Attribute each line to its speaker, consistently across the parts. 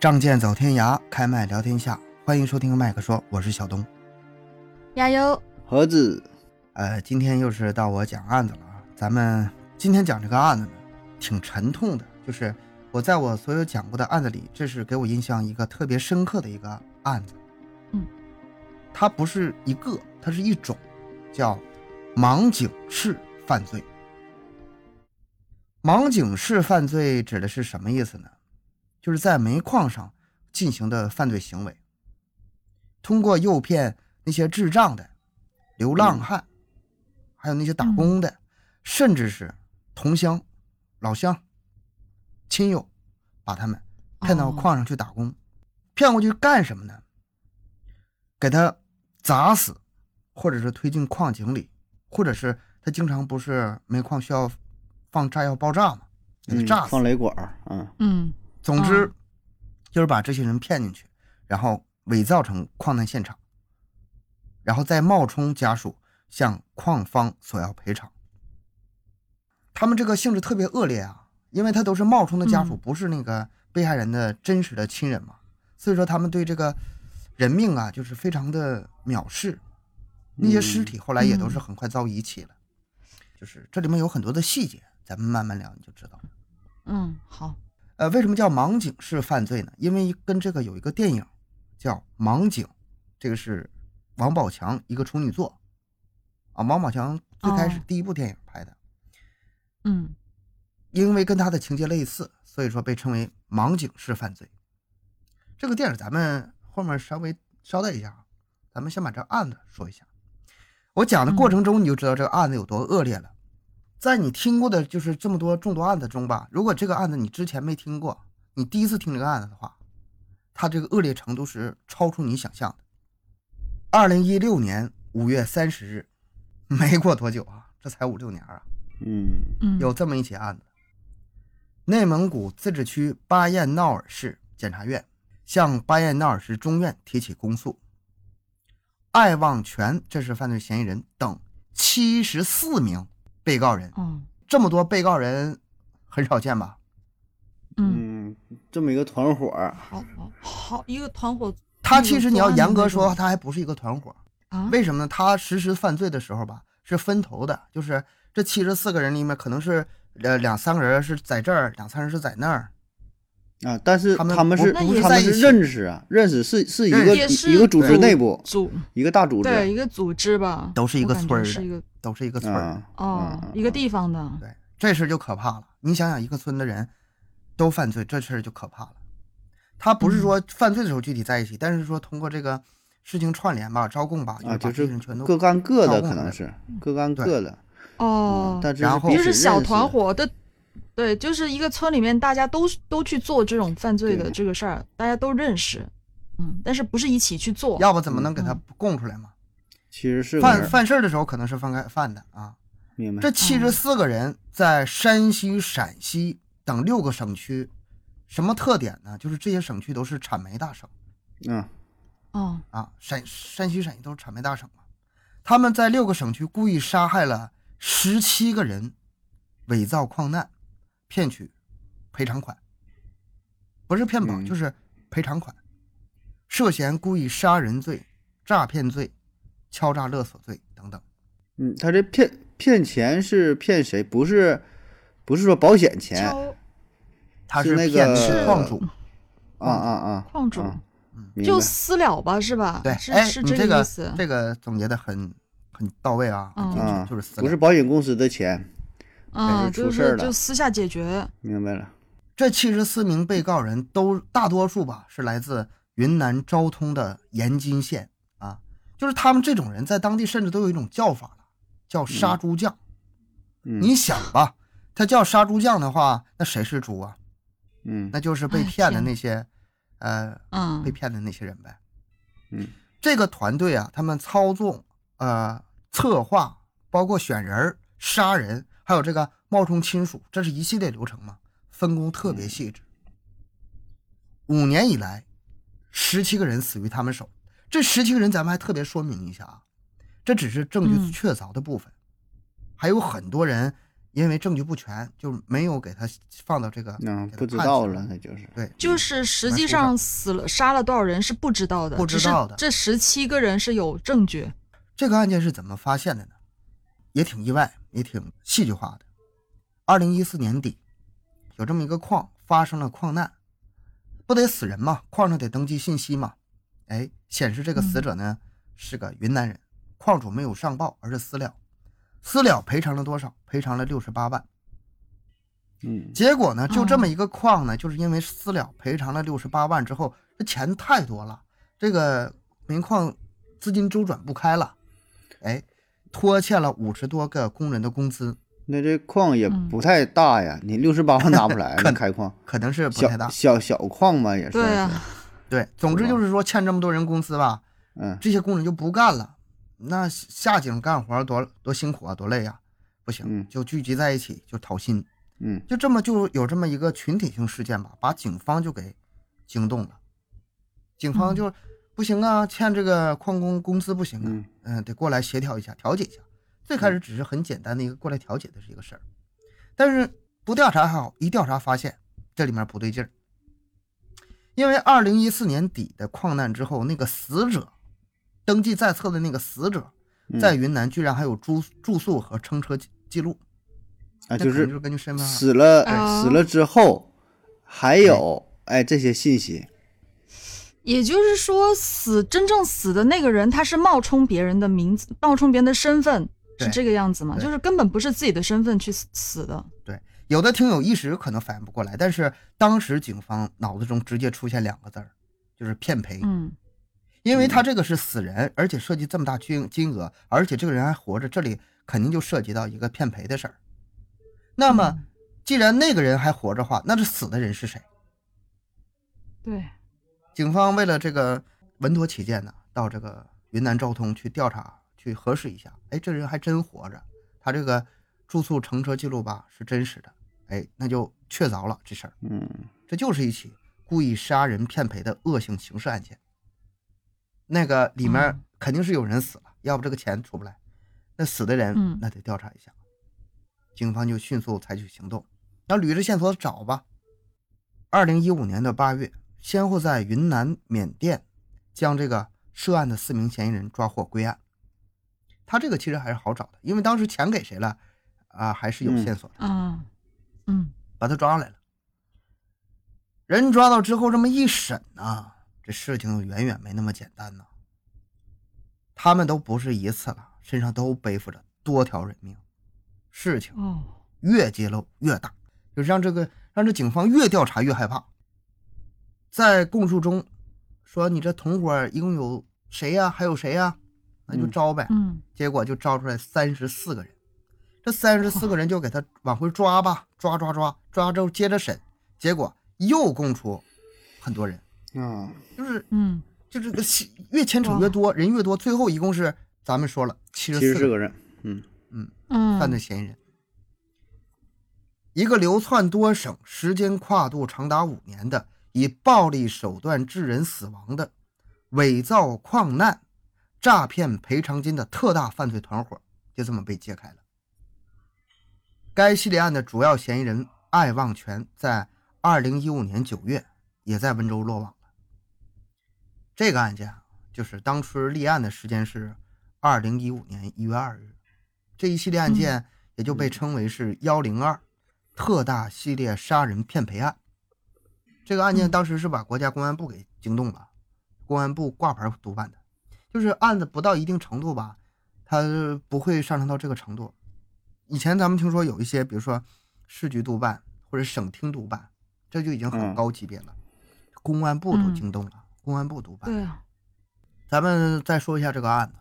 Speaker 1: 仗剑走天涯，开麦聊天下，欢迎收听麦克说，我是小东。
Speaker 2: 加油！
Speaker 3: 盒子，
Speaker 1: 呃，今天又是到我讲案子了啊，咱们今天讲这个案子呢，挺沉痛的，就是我在我所有讲过的案子里，这是给我印象一个特别深刻的一个案子。
Speaker 2: 嗯，
Speaker 1: 它不是一个，它是一种，叫盲井式犯罪。盲井式犯罪指的是什么意思呢？就是在煤矿上进行的犯罪行为，通过诱骗那些智障的、流浪汉，还有那些打工的，甚至是同乡、老乡、亲友，把他们骗到
Speaker 2: 哦
Speaker 1: 矿上去打工，骗过去干什么呢？给他砸死，或者是推进矿井里，或者是他经常不是煤矿需要放炸药爆炸嘛，给他
Speaker 3: 嗯
Speaker 1: 炸死。
Speaker 3: 放雷管儿，嗯，
Speaker 2: 嗯
Speaker 1: 总之，
Speaker 2: 嗯
Speaker 1: 就是把这些人骗进去，然后伪造成矿难现场，然后再冒充家属向矿方索要赔偿。他们这个性质特别恶劣啊，因为他都是冒充的家属，
Speaker 2: 嗯
Speaker 1: 不是那个被害人的真实的亲人嘛，所以说他们对这个人命啊，就是非常的藐视。那些尸
Speaker 2: 嗯
Speaker 1: 体后来也都是很快遭遗弃了，就是这里面有很多的细节，咱们慢慢聊你就知道了。
Speaker 2: 嗯，好，
Speaker 1: 呃，为什么叫盲井式犯罪呢？因为跟这个有一个电影叫《盲井》，这个是王宝强一个处女作啊。王宝强最开始
Speaker 2: 哦
Speaker 1: 第一部电影拍的，
Speaker 2: 嗯
Speaker 1: 因为跟他的情节类似，所以说被称为盲井式犯罪。这个电影咱们后面稍微捎带一下啊，咱们先把这案子说一下。我讲的过程中你就知道这个案子有多恶劣了。在你听过的就是这么多众多案子中吧，如果这个案子你之前没听过，你第一次听这个案子的话，它这个恶劣程度是超出你想象的。二零一六年五月三十日，没过多久啊，这才五六年啊，
Speaker 3: 嗯
Speaker 2: 嗯，
Speaker 1: 有这么一起案子：内蒙古自治区巴彦淖尔市检察院向巴彦淖尔市中院提起公诉，艾望全这是犯罪嫌疑人等七十四名被告人，
Speaker 2: 哦，
Speaker 1: 这么多被告人很少见吧？
Speaker 2: 嗯，
Speaker 3: 嗯，这么一个团伙儿，
Speaker 2: 好好好，一个团伙
Speaker 1: 他其实你
Speaker 2: 啊
Speaker 1: 要严格
Speaker 2: 作
Speaker 1: 说，
Speaker 2: 案的
Speaker 1: 他还不是一个团伙。
Speaker 2: 那种啊，
Speaker 1: 为什么呢？他实施犯罪的时候吧，是分头的，就是这七十四个人里面，可能是呃两三个人是在这儿，两三个人是在那儿，
Speaker 3: 啊，但是
Speaker 1: 他们
Speaker 3: 们
Speaker 1: 不
Speaker 3: 是
Speaker 2: 那也
Speaker 3: 他
Speaker 1: 在
Speaker 3: 们
Speaker 1: 一
Speaker 3: 是
Speaker 1: 起
Speaker 3: 认识啊，认识是是一
Speaker 1: 认
Speaker 3: 个
Speaker 2: 也是
Speaker 3: 一个组织
Speaker 2: 对
Speaker 3: 内部，
Speaker 2: 组
Speaker 3: 一个大组织，
Speaker 2: 对一个组织吧，
Speaker 1: 都是一
Speaker 2: 我
Speaker 1: 个
Speaker 2: 感
Speaker 1: 村
Speaker 2: 觉
Speaker 1: 儿
Speaker 2: 是
Speaker 1: 的
Speaker 2: 一个
Speaker 1: 都是一个村儿的。
Speaker 3: 啊，
Speaker 2: 哦
Speaker 3: 嗯
Speaker 2: 一个，地方的，
Speaker 1: 对，这事儿就可怕了。你想想，一个村的人都犯罪，这事儿就可怕了。他不是
Speaker 3: 嗯
Speaker 1: 说犯罪的时候具体在一起，但是说通过这个事情串联吧、招供吧，
Speaker 3: 啊，
Speaker 1: 是把这
Speaker 3: 就
Speaker 1: 些
Speaker 3: 是
Speaker 1: 人全都
Speaker 3: 各干各
Speaker 1: 招
Speaker 3: 的，
Speaker 1: 供
Speaker 3: 可
Speaker 1: 的
Speaker 3: 能是各干
Speaker 1: 对
Speaker 3: 各的，嗯
Speaker 2: 哦，
Speaker 3: 但是
Speaker 1: 然后
Speaker 3: 彼
Speaker 2: 就是
Speaker 3: 此
Speaker 2: 小
Speaker 3: 认识
Speaker 2: 团伙的，对，就是一个村里面大家都都去做这种犯罪的
Speaker 3: 对
Speaker 2: 这个事儿，大家都认识，嗯，但是不是一起去做，
Speaker 1: 要不怎么能给他供出来嘛？
Speaker 3: 其实嗯是个嗯
Speaker 1: 犯
Speaker 3: 人
Speaker 1: 犯事儿的时候可能是犯开犯的啊。
Speaker 3: 明白
Speaker 1: 这，七十四个人在山西、陕西等六个省区，什么特点呢？就是这些省区都是产煤大省。
Speaker 3: 嗯
Speaker 2: 哦，
Speaker 1: 啊，陕山西、陕西都是产煤大省嘛。他们在六个省区故意杀害了十七个人，伪造矿难，骗取赔偿款，不是骗保、
Speaker 3: 嗯
Speaker 1: 就是赔偿款，涉嫌故意杀人罪、诈骗罪、敲诈勒索罪等等。
Speaker 3: 嗯，他这骗骗钱是骗谁？不是不是说保险钱啊
Speaker 2: 敲
Speaker 1: 他
Speaker 3: 是
Speaker 1: 是
Speaker 3: 那个
Speaker 1: 骗
Speaker 3: 是
Speaker 1: 矿主，
Speaker 3: 啊啊，
Speaker 2: 矿主
Speaker 3: 啊
Speaker 1: 嗯
Speaker 3: 明
Speaker 2: 就
Speaker 3: 白
Speaker 2: 私了吧，是吧？
Speaker 1: 对，
Speaker 2: 是
Speaker 1: 哎，
Speaker 2: 是
Speaker 1: 你
Speaker 2: 这
Speaker 1: 这
Speaker 2: 个
Speaker 1: 个
Speaker 2: 意思。
Speaker 1: 这个总结的很很到位啊，
Speaker 2: 嗯
Speaker 1: 就
Speaker 3: 啊，
Speaker 1: 就是死
Speaker 3: 不
Speaker 1: 了
Speaker 3: 是保险公司的钱，
Speaker 2: 嗯，
Speaker 3: 就
Speaker 2: 就是
Speaker 3: 出事儿
Speaker 2: 是
Speaker 3: 了
Speaker 2: 就私下解决。
Speaker 3: 明白了，
Speaker 1: 这七十四名被告人都大多数吧是来自云南昭通的盐津县啊，就是他们这种人在当地甚至都有一种叫法了，叫杀猪匠。
Speaker 3: 嗯
Speaker 1: 你想吧，他叫杀猪匠的话，那谁是猪啊？
Speaker 3: 嗯
Speaker 1: 那就是被
Speaker 2: 哎
Speaker 1: 骗的
Speaker 2: 天
Speaker 1: 那些，呃，被
Speaker 2: 嗯
Speaker 1: 骗的那些人呗。
Speaker 3: 嗯
Speaker 1: 这个团队啊，他们操纵、呃策划，包括选人儿、杀人，还有这个冒充亲属，这是一系列流程嘛，分工特
Speaker 3: 嗯
Speaker 1: 别细致。五年以来，十七个人死于他们手。这十七个人，咱们还特别说明一下啊，这只是证据
Speaker 2: 嗯
Speaker 1: 确凿的部分，还有很多人因为证据不全，就没有给他放到这个
Speaker 3: 嗯，
Speaker 1: 给他
Speaker 3: 不知
Speaker 1: 判
Speaker 3: 道
Speaker 1: 刑
Speaker 3: 了，那就是
Speaker 1: 对，
Speaker 2: 就是实际
Speaker 1: 没说
Speaker 2: 上
Speaker 1: 上
Speaker 2: 死了杀了多少人是不知道的，
Speaker 1: 不
Speaker 2: 只
Speaker 1: 知
Speaker 2: 是
Speaker 1: 道的
Speaker 2: 这十七个人是有证据，
Speaker 1: 这个案件是怎么发现的呢？也挺意外，也挺戏剧化的。二零一四年底，有这么一个矿发生了矿难，不得死人嘛，矿上得登记信息嘛。哎，显示这个死者呢、是个云南人，矿主没有上报，而是私了。私了赔偿了多少？赔偿了六十八万。
Speaker 3: 嗯
Speaker 1: 结果呢，就这么一个矿呢，就是因为私了赔偿了六十八万之后，这钱太多了，这个煤矿资金周转不开了，哎，拖欠了五十多个工人的工资，
Speaker 3: 那这矿也
Speaker 2: 嗯
Speaker 3: 不太大呀，你六十八万拿不 来
Speaker 1: 可
Speaker 3: 了，开矿
Speaker 1: 可能是不太
Speaker 3: 小
Speaker 1: 大。
Speaker 3: 小小矿嘛，也
Speaker 2: 对
Speaker 3: 算是
Speaker 2: 啊，
Speaker 1: 对，总之就是说欠这么多人工资吧，
Speaker 3: 嗯
Speaker 1: 这些工人就不干了，那下井干活多多辛苦啊，多累啊，不行
Speaker 3: 嗯，
Speaker 1: 就聚集在一起就讨薪，
Speaker 3: 嗯
Speaker 1: 就这么就有这么一个群体性事件吧，把警方就给惊动了。警方就、不行啊，欠这个矿工工资不行啊
Speaker 3: 嗯，
Speaker 1: 嗯、得过来协调一下，调解一下。最开始只是很简单的一个过来调解的这个事儿，但是不调查还好，一调查发现这里面不对劲儿。因为二零一四年底的矿难之后，那个死者登记在册的那个死者
Speaker 3: 嗯
Speaker 1: 在云南居然还有住住宿和乘车记记录，
Speaker 3: 啊，
Speaker 1: 那
Speaker 3: 就
Speaker 1: 可能
Speaker 3: 是
Speaker 1: 就是根据身份号。
Speaker 3: 死了
Speaker 2: 对
Speaker 3: 死了之后，还有哎这些信息，
Speaker 2: 也就是说死真正死的那个人他是冒充别人的名字，冒充别人的身份，是
Speaker 1: 对
Speaker 2: 这个样子吗？
Speaker 1: 对
Speaker 2: 就是根本不是自己的身份去死死的，
Speaker 1: 有的听友一时可能反应不过来，但是当时警方脑子中直接出现两个字儿，就是骗赔，
Speaker 2: 嗯
Speaker 1: 因为他这个是死人，而且涉及这么大金金额，而且这个人还活着，这里肯定就涉及到一个骗赔的事儿。那么，既然那个人还活着的话，那这死的人是谁？
Speaker 2: 对，
Speaker 1: 警方为了这个稳妥起见呢，到这个云南昭通去调查，去核实一下。哎，这人还真活着，他这个住宿乘车记录吧是真实的，哎，那就确凿了这事儿。
Speaker 3: 嗯
Speaker 1: 这就是一起故意杀人骗赔的恶性刑事案件。那个里面
Speaker 2: 嗯
Speaker 1: 肯定是有人死了，要不这个钱出不来。那死的人
Speaker 2: 嗯，
Speaker 1: 那得调查一下。警方就迅速采取行动，那捋着线索找吧。二零一五年的八月，先后在云南、缅甸将这个涉案的四名嫌疑人抓获归案。他这个其实还是好找的，因为当时钱给谁了啊，还是有
Speaker 3: 嗯
Speaker 1: 线索的。
Speaker 2: 啊，嗯
Speaker 1: 把他抓来了。人抓到之后，这么一审呐，这事情远远没那么简单呐。他们都不是一次了，身上都背负着多条人命，事情
Speaker 2: 哦，
Speaker 1: 越揭露越大，就让这个让这警方越调查越害怕。在供述中说，你这同伙一共有谁呀、还有谁呀、那就
Speaker 3: 嗯
Speaker 1: 招呗。
Speaker 2: 嗯
Speaker 1: 结果就招出来三十四个人，这三十四个人就给他往回抓吧，抓抓抓抓之后接着审，结果又供出很多人，
Speaker 3: 啊
Speaker 1: 就是
Speaker 2: 嗯，
Speaker 1: 就这个戏越牵扯越多，人越多，最后一共是咱们说了七
Speaker 3: 七
Speaker 1: 十
Speaker 3: 十
Speaker 1: 四
Speaker 3: 四
Speaker 1: 个
Speaker 3: 个人，嗯
Speaker 2: 嗯
Speaker 1: 犯罪嫌疑人，一个流窜多省、时间跨度长达五年的以暴力手段致人死亡的伪造矿难、诈骗赔偿金的特大犯罪团伙，就这么被揭开了。该系列案的主要嫌疑人艾望全在二零一五年九月也在温州落网了。这个案件啊，就是当初立案的时间是二零一五年一月二日，这一系列案件也就被称为是幺零二特大系列杀人骗赔案。这个案件
Speaker 2: 嗯
Speaker 1: 当时是把国家公安部给惊动了，公安部挂牌督办的，就是案子不到一定程度吧，它不会上升到这个程度。以前咱们听说有一些，比如说市局督办或者省厅督办，这就已经很
Speaker 3: 嗯
Speaker 1: 高级别了，公安部都
Speaker 2: 嗯
Speaker 1: 惊动了，公安部督办。
Speaker 2: 对啊，
Speaker 1: 咱们再说一下这个案子，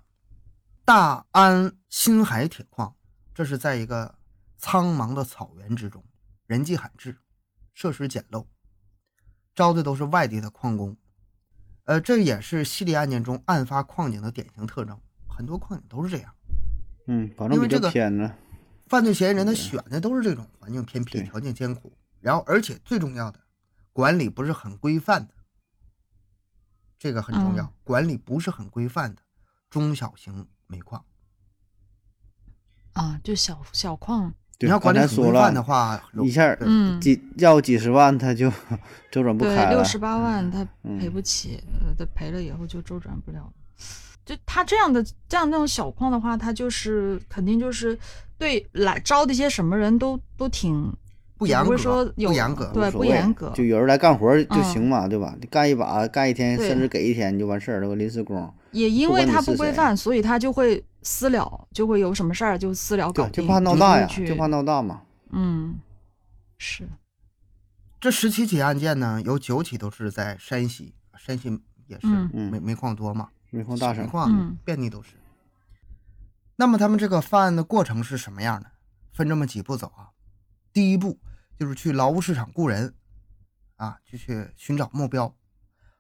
Speaker 1: 大安新海铁矿，这是在一个苍茫的草原之中，人迹罕至，设施简陋，招的都是外地的矿工。呃，这也是系列案件中案发矿井的典型特征，很多矿井都是这样。
Speaker 3: 嗯，保
Speaker 1: 因
Speaker 3: 证
Speaker 1: 为
Speaker 3: 比
Speaker 1: 这
Speaker 3: 较
Speaker 1: 个
Speaker 3: 偏呢，
Speaker 1: 犯罪嫌疑人他选的都是这种环境偏僻、
Speaker 3: 对
Speaker 1: 条件艰苦，然后而且最重要的，管理不是很规范的，这个很重要，
Speaker 2: 嗯
Speaker 1: 管理不是很规范的中小型煤矿。
Speaker 2: 啊，就小小矿，
Speaker 1: 你要管理
Speaker 3: 刚才
Speaker 1: 很规
Speaker 3: 说
Speaker 1: 范的
Speaker 3: 了，
Speaker 1: 话，
Speaker 3: 一下
Speaker 1: 对
Speaker 2: 嗯，
Speaker 3: 几要几十万他就 周转不
Speaker 2: 对，
Speaker 3: 开
Speaker 2: 六
Speaker 3: 了。嗯
Speaker 2: 十八万他赔不起，呃，他赔了以后就周转不了了。就他这样的这样那种小矿的话，他就是肯定就是对来招的一些什么人都都挺
Speaker 1: 不严格，
Speaker 2: 不会说有
Speaker 1: 不严格，
Speaker 2: 对
Speaker 3: 无所
Speaker 2: 不
Speaker 3: 谓
Speaker 2: 严格
Speaker 3: 就有人来干活儿就
Speaker 2: 嗯
Speaker 3: 行嘛，对吧？你干一把，干一天，
Speaker 2: 对
Speaker 3: 甚至给一天你就完事儿了，临时工。
Speaker 2: 也因
Speaker 3: 不
Speaker 2: 为
Speaker 3: 管你
Speaker 2: 他
Speaker 3: 是
Speaker 2: 不规
Speaker 3: 谁
Speaker 2: 范，所以他就会私了，就会有什么事儿就私了搞
Speaker 3: 对，
Speaker 2: 定，
Speaker 3: 啊就怕闹大呀，
Speaker 2: 不会
Speaker 3: 就
Speaker 2: 去
Speaker 3: 怕闹大嘛。
Speaker 2: 嗯，是，
Speaker 1: 这十七起案件呢，有九起都是在山西，山西也是
Speaker 2: 嗯
Speaker 1: 煤煤矿多嘛，
Speaker 3: 煤矿大
Speaker 1: 小煤
Speaker 3: 省，
Speaker 1: 矿
Speaker 2: 嗯
Speaker 1: 遍地都是。那么他们这个犯案的过程是什么样的？分这么几步走啊。第一步就是去劳务市场雇人，啊，就去寻找目标。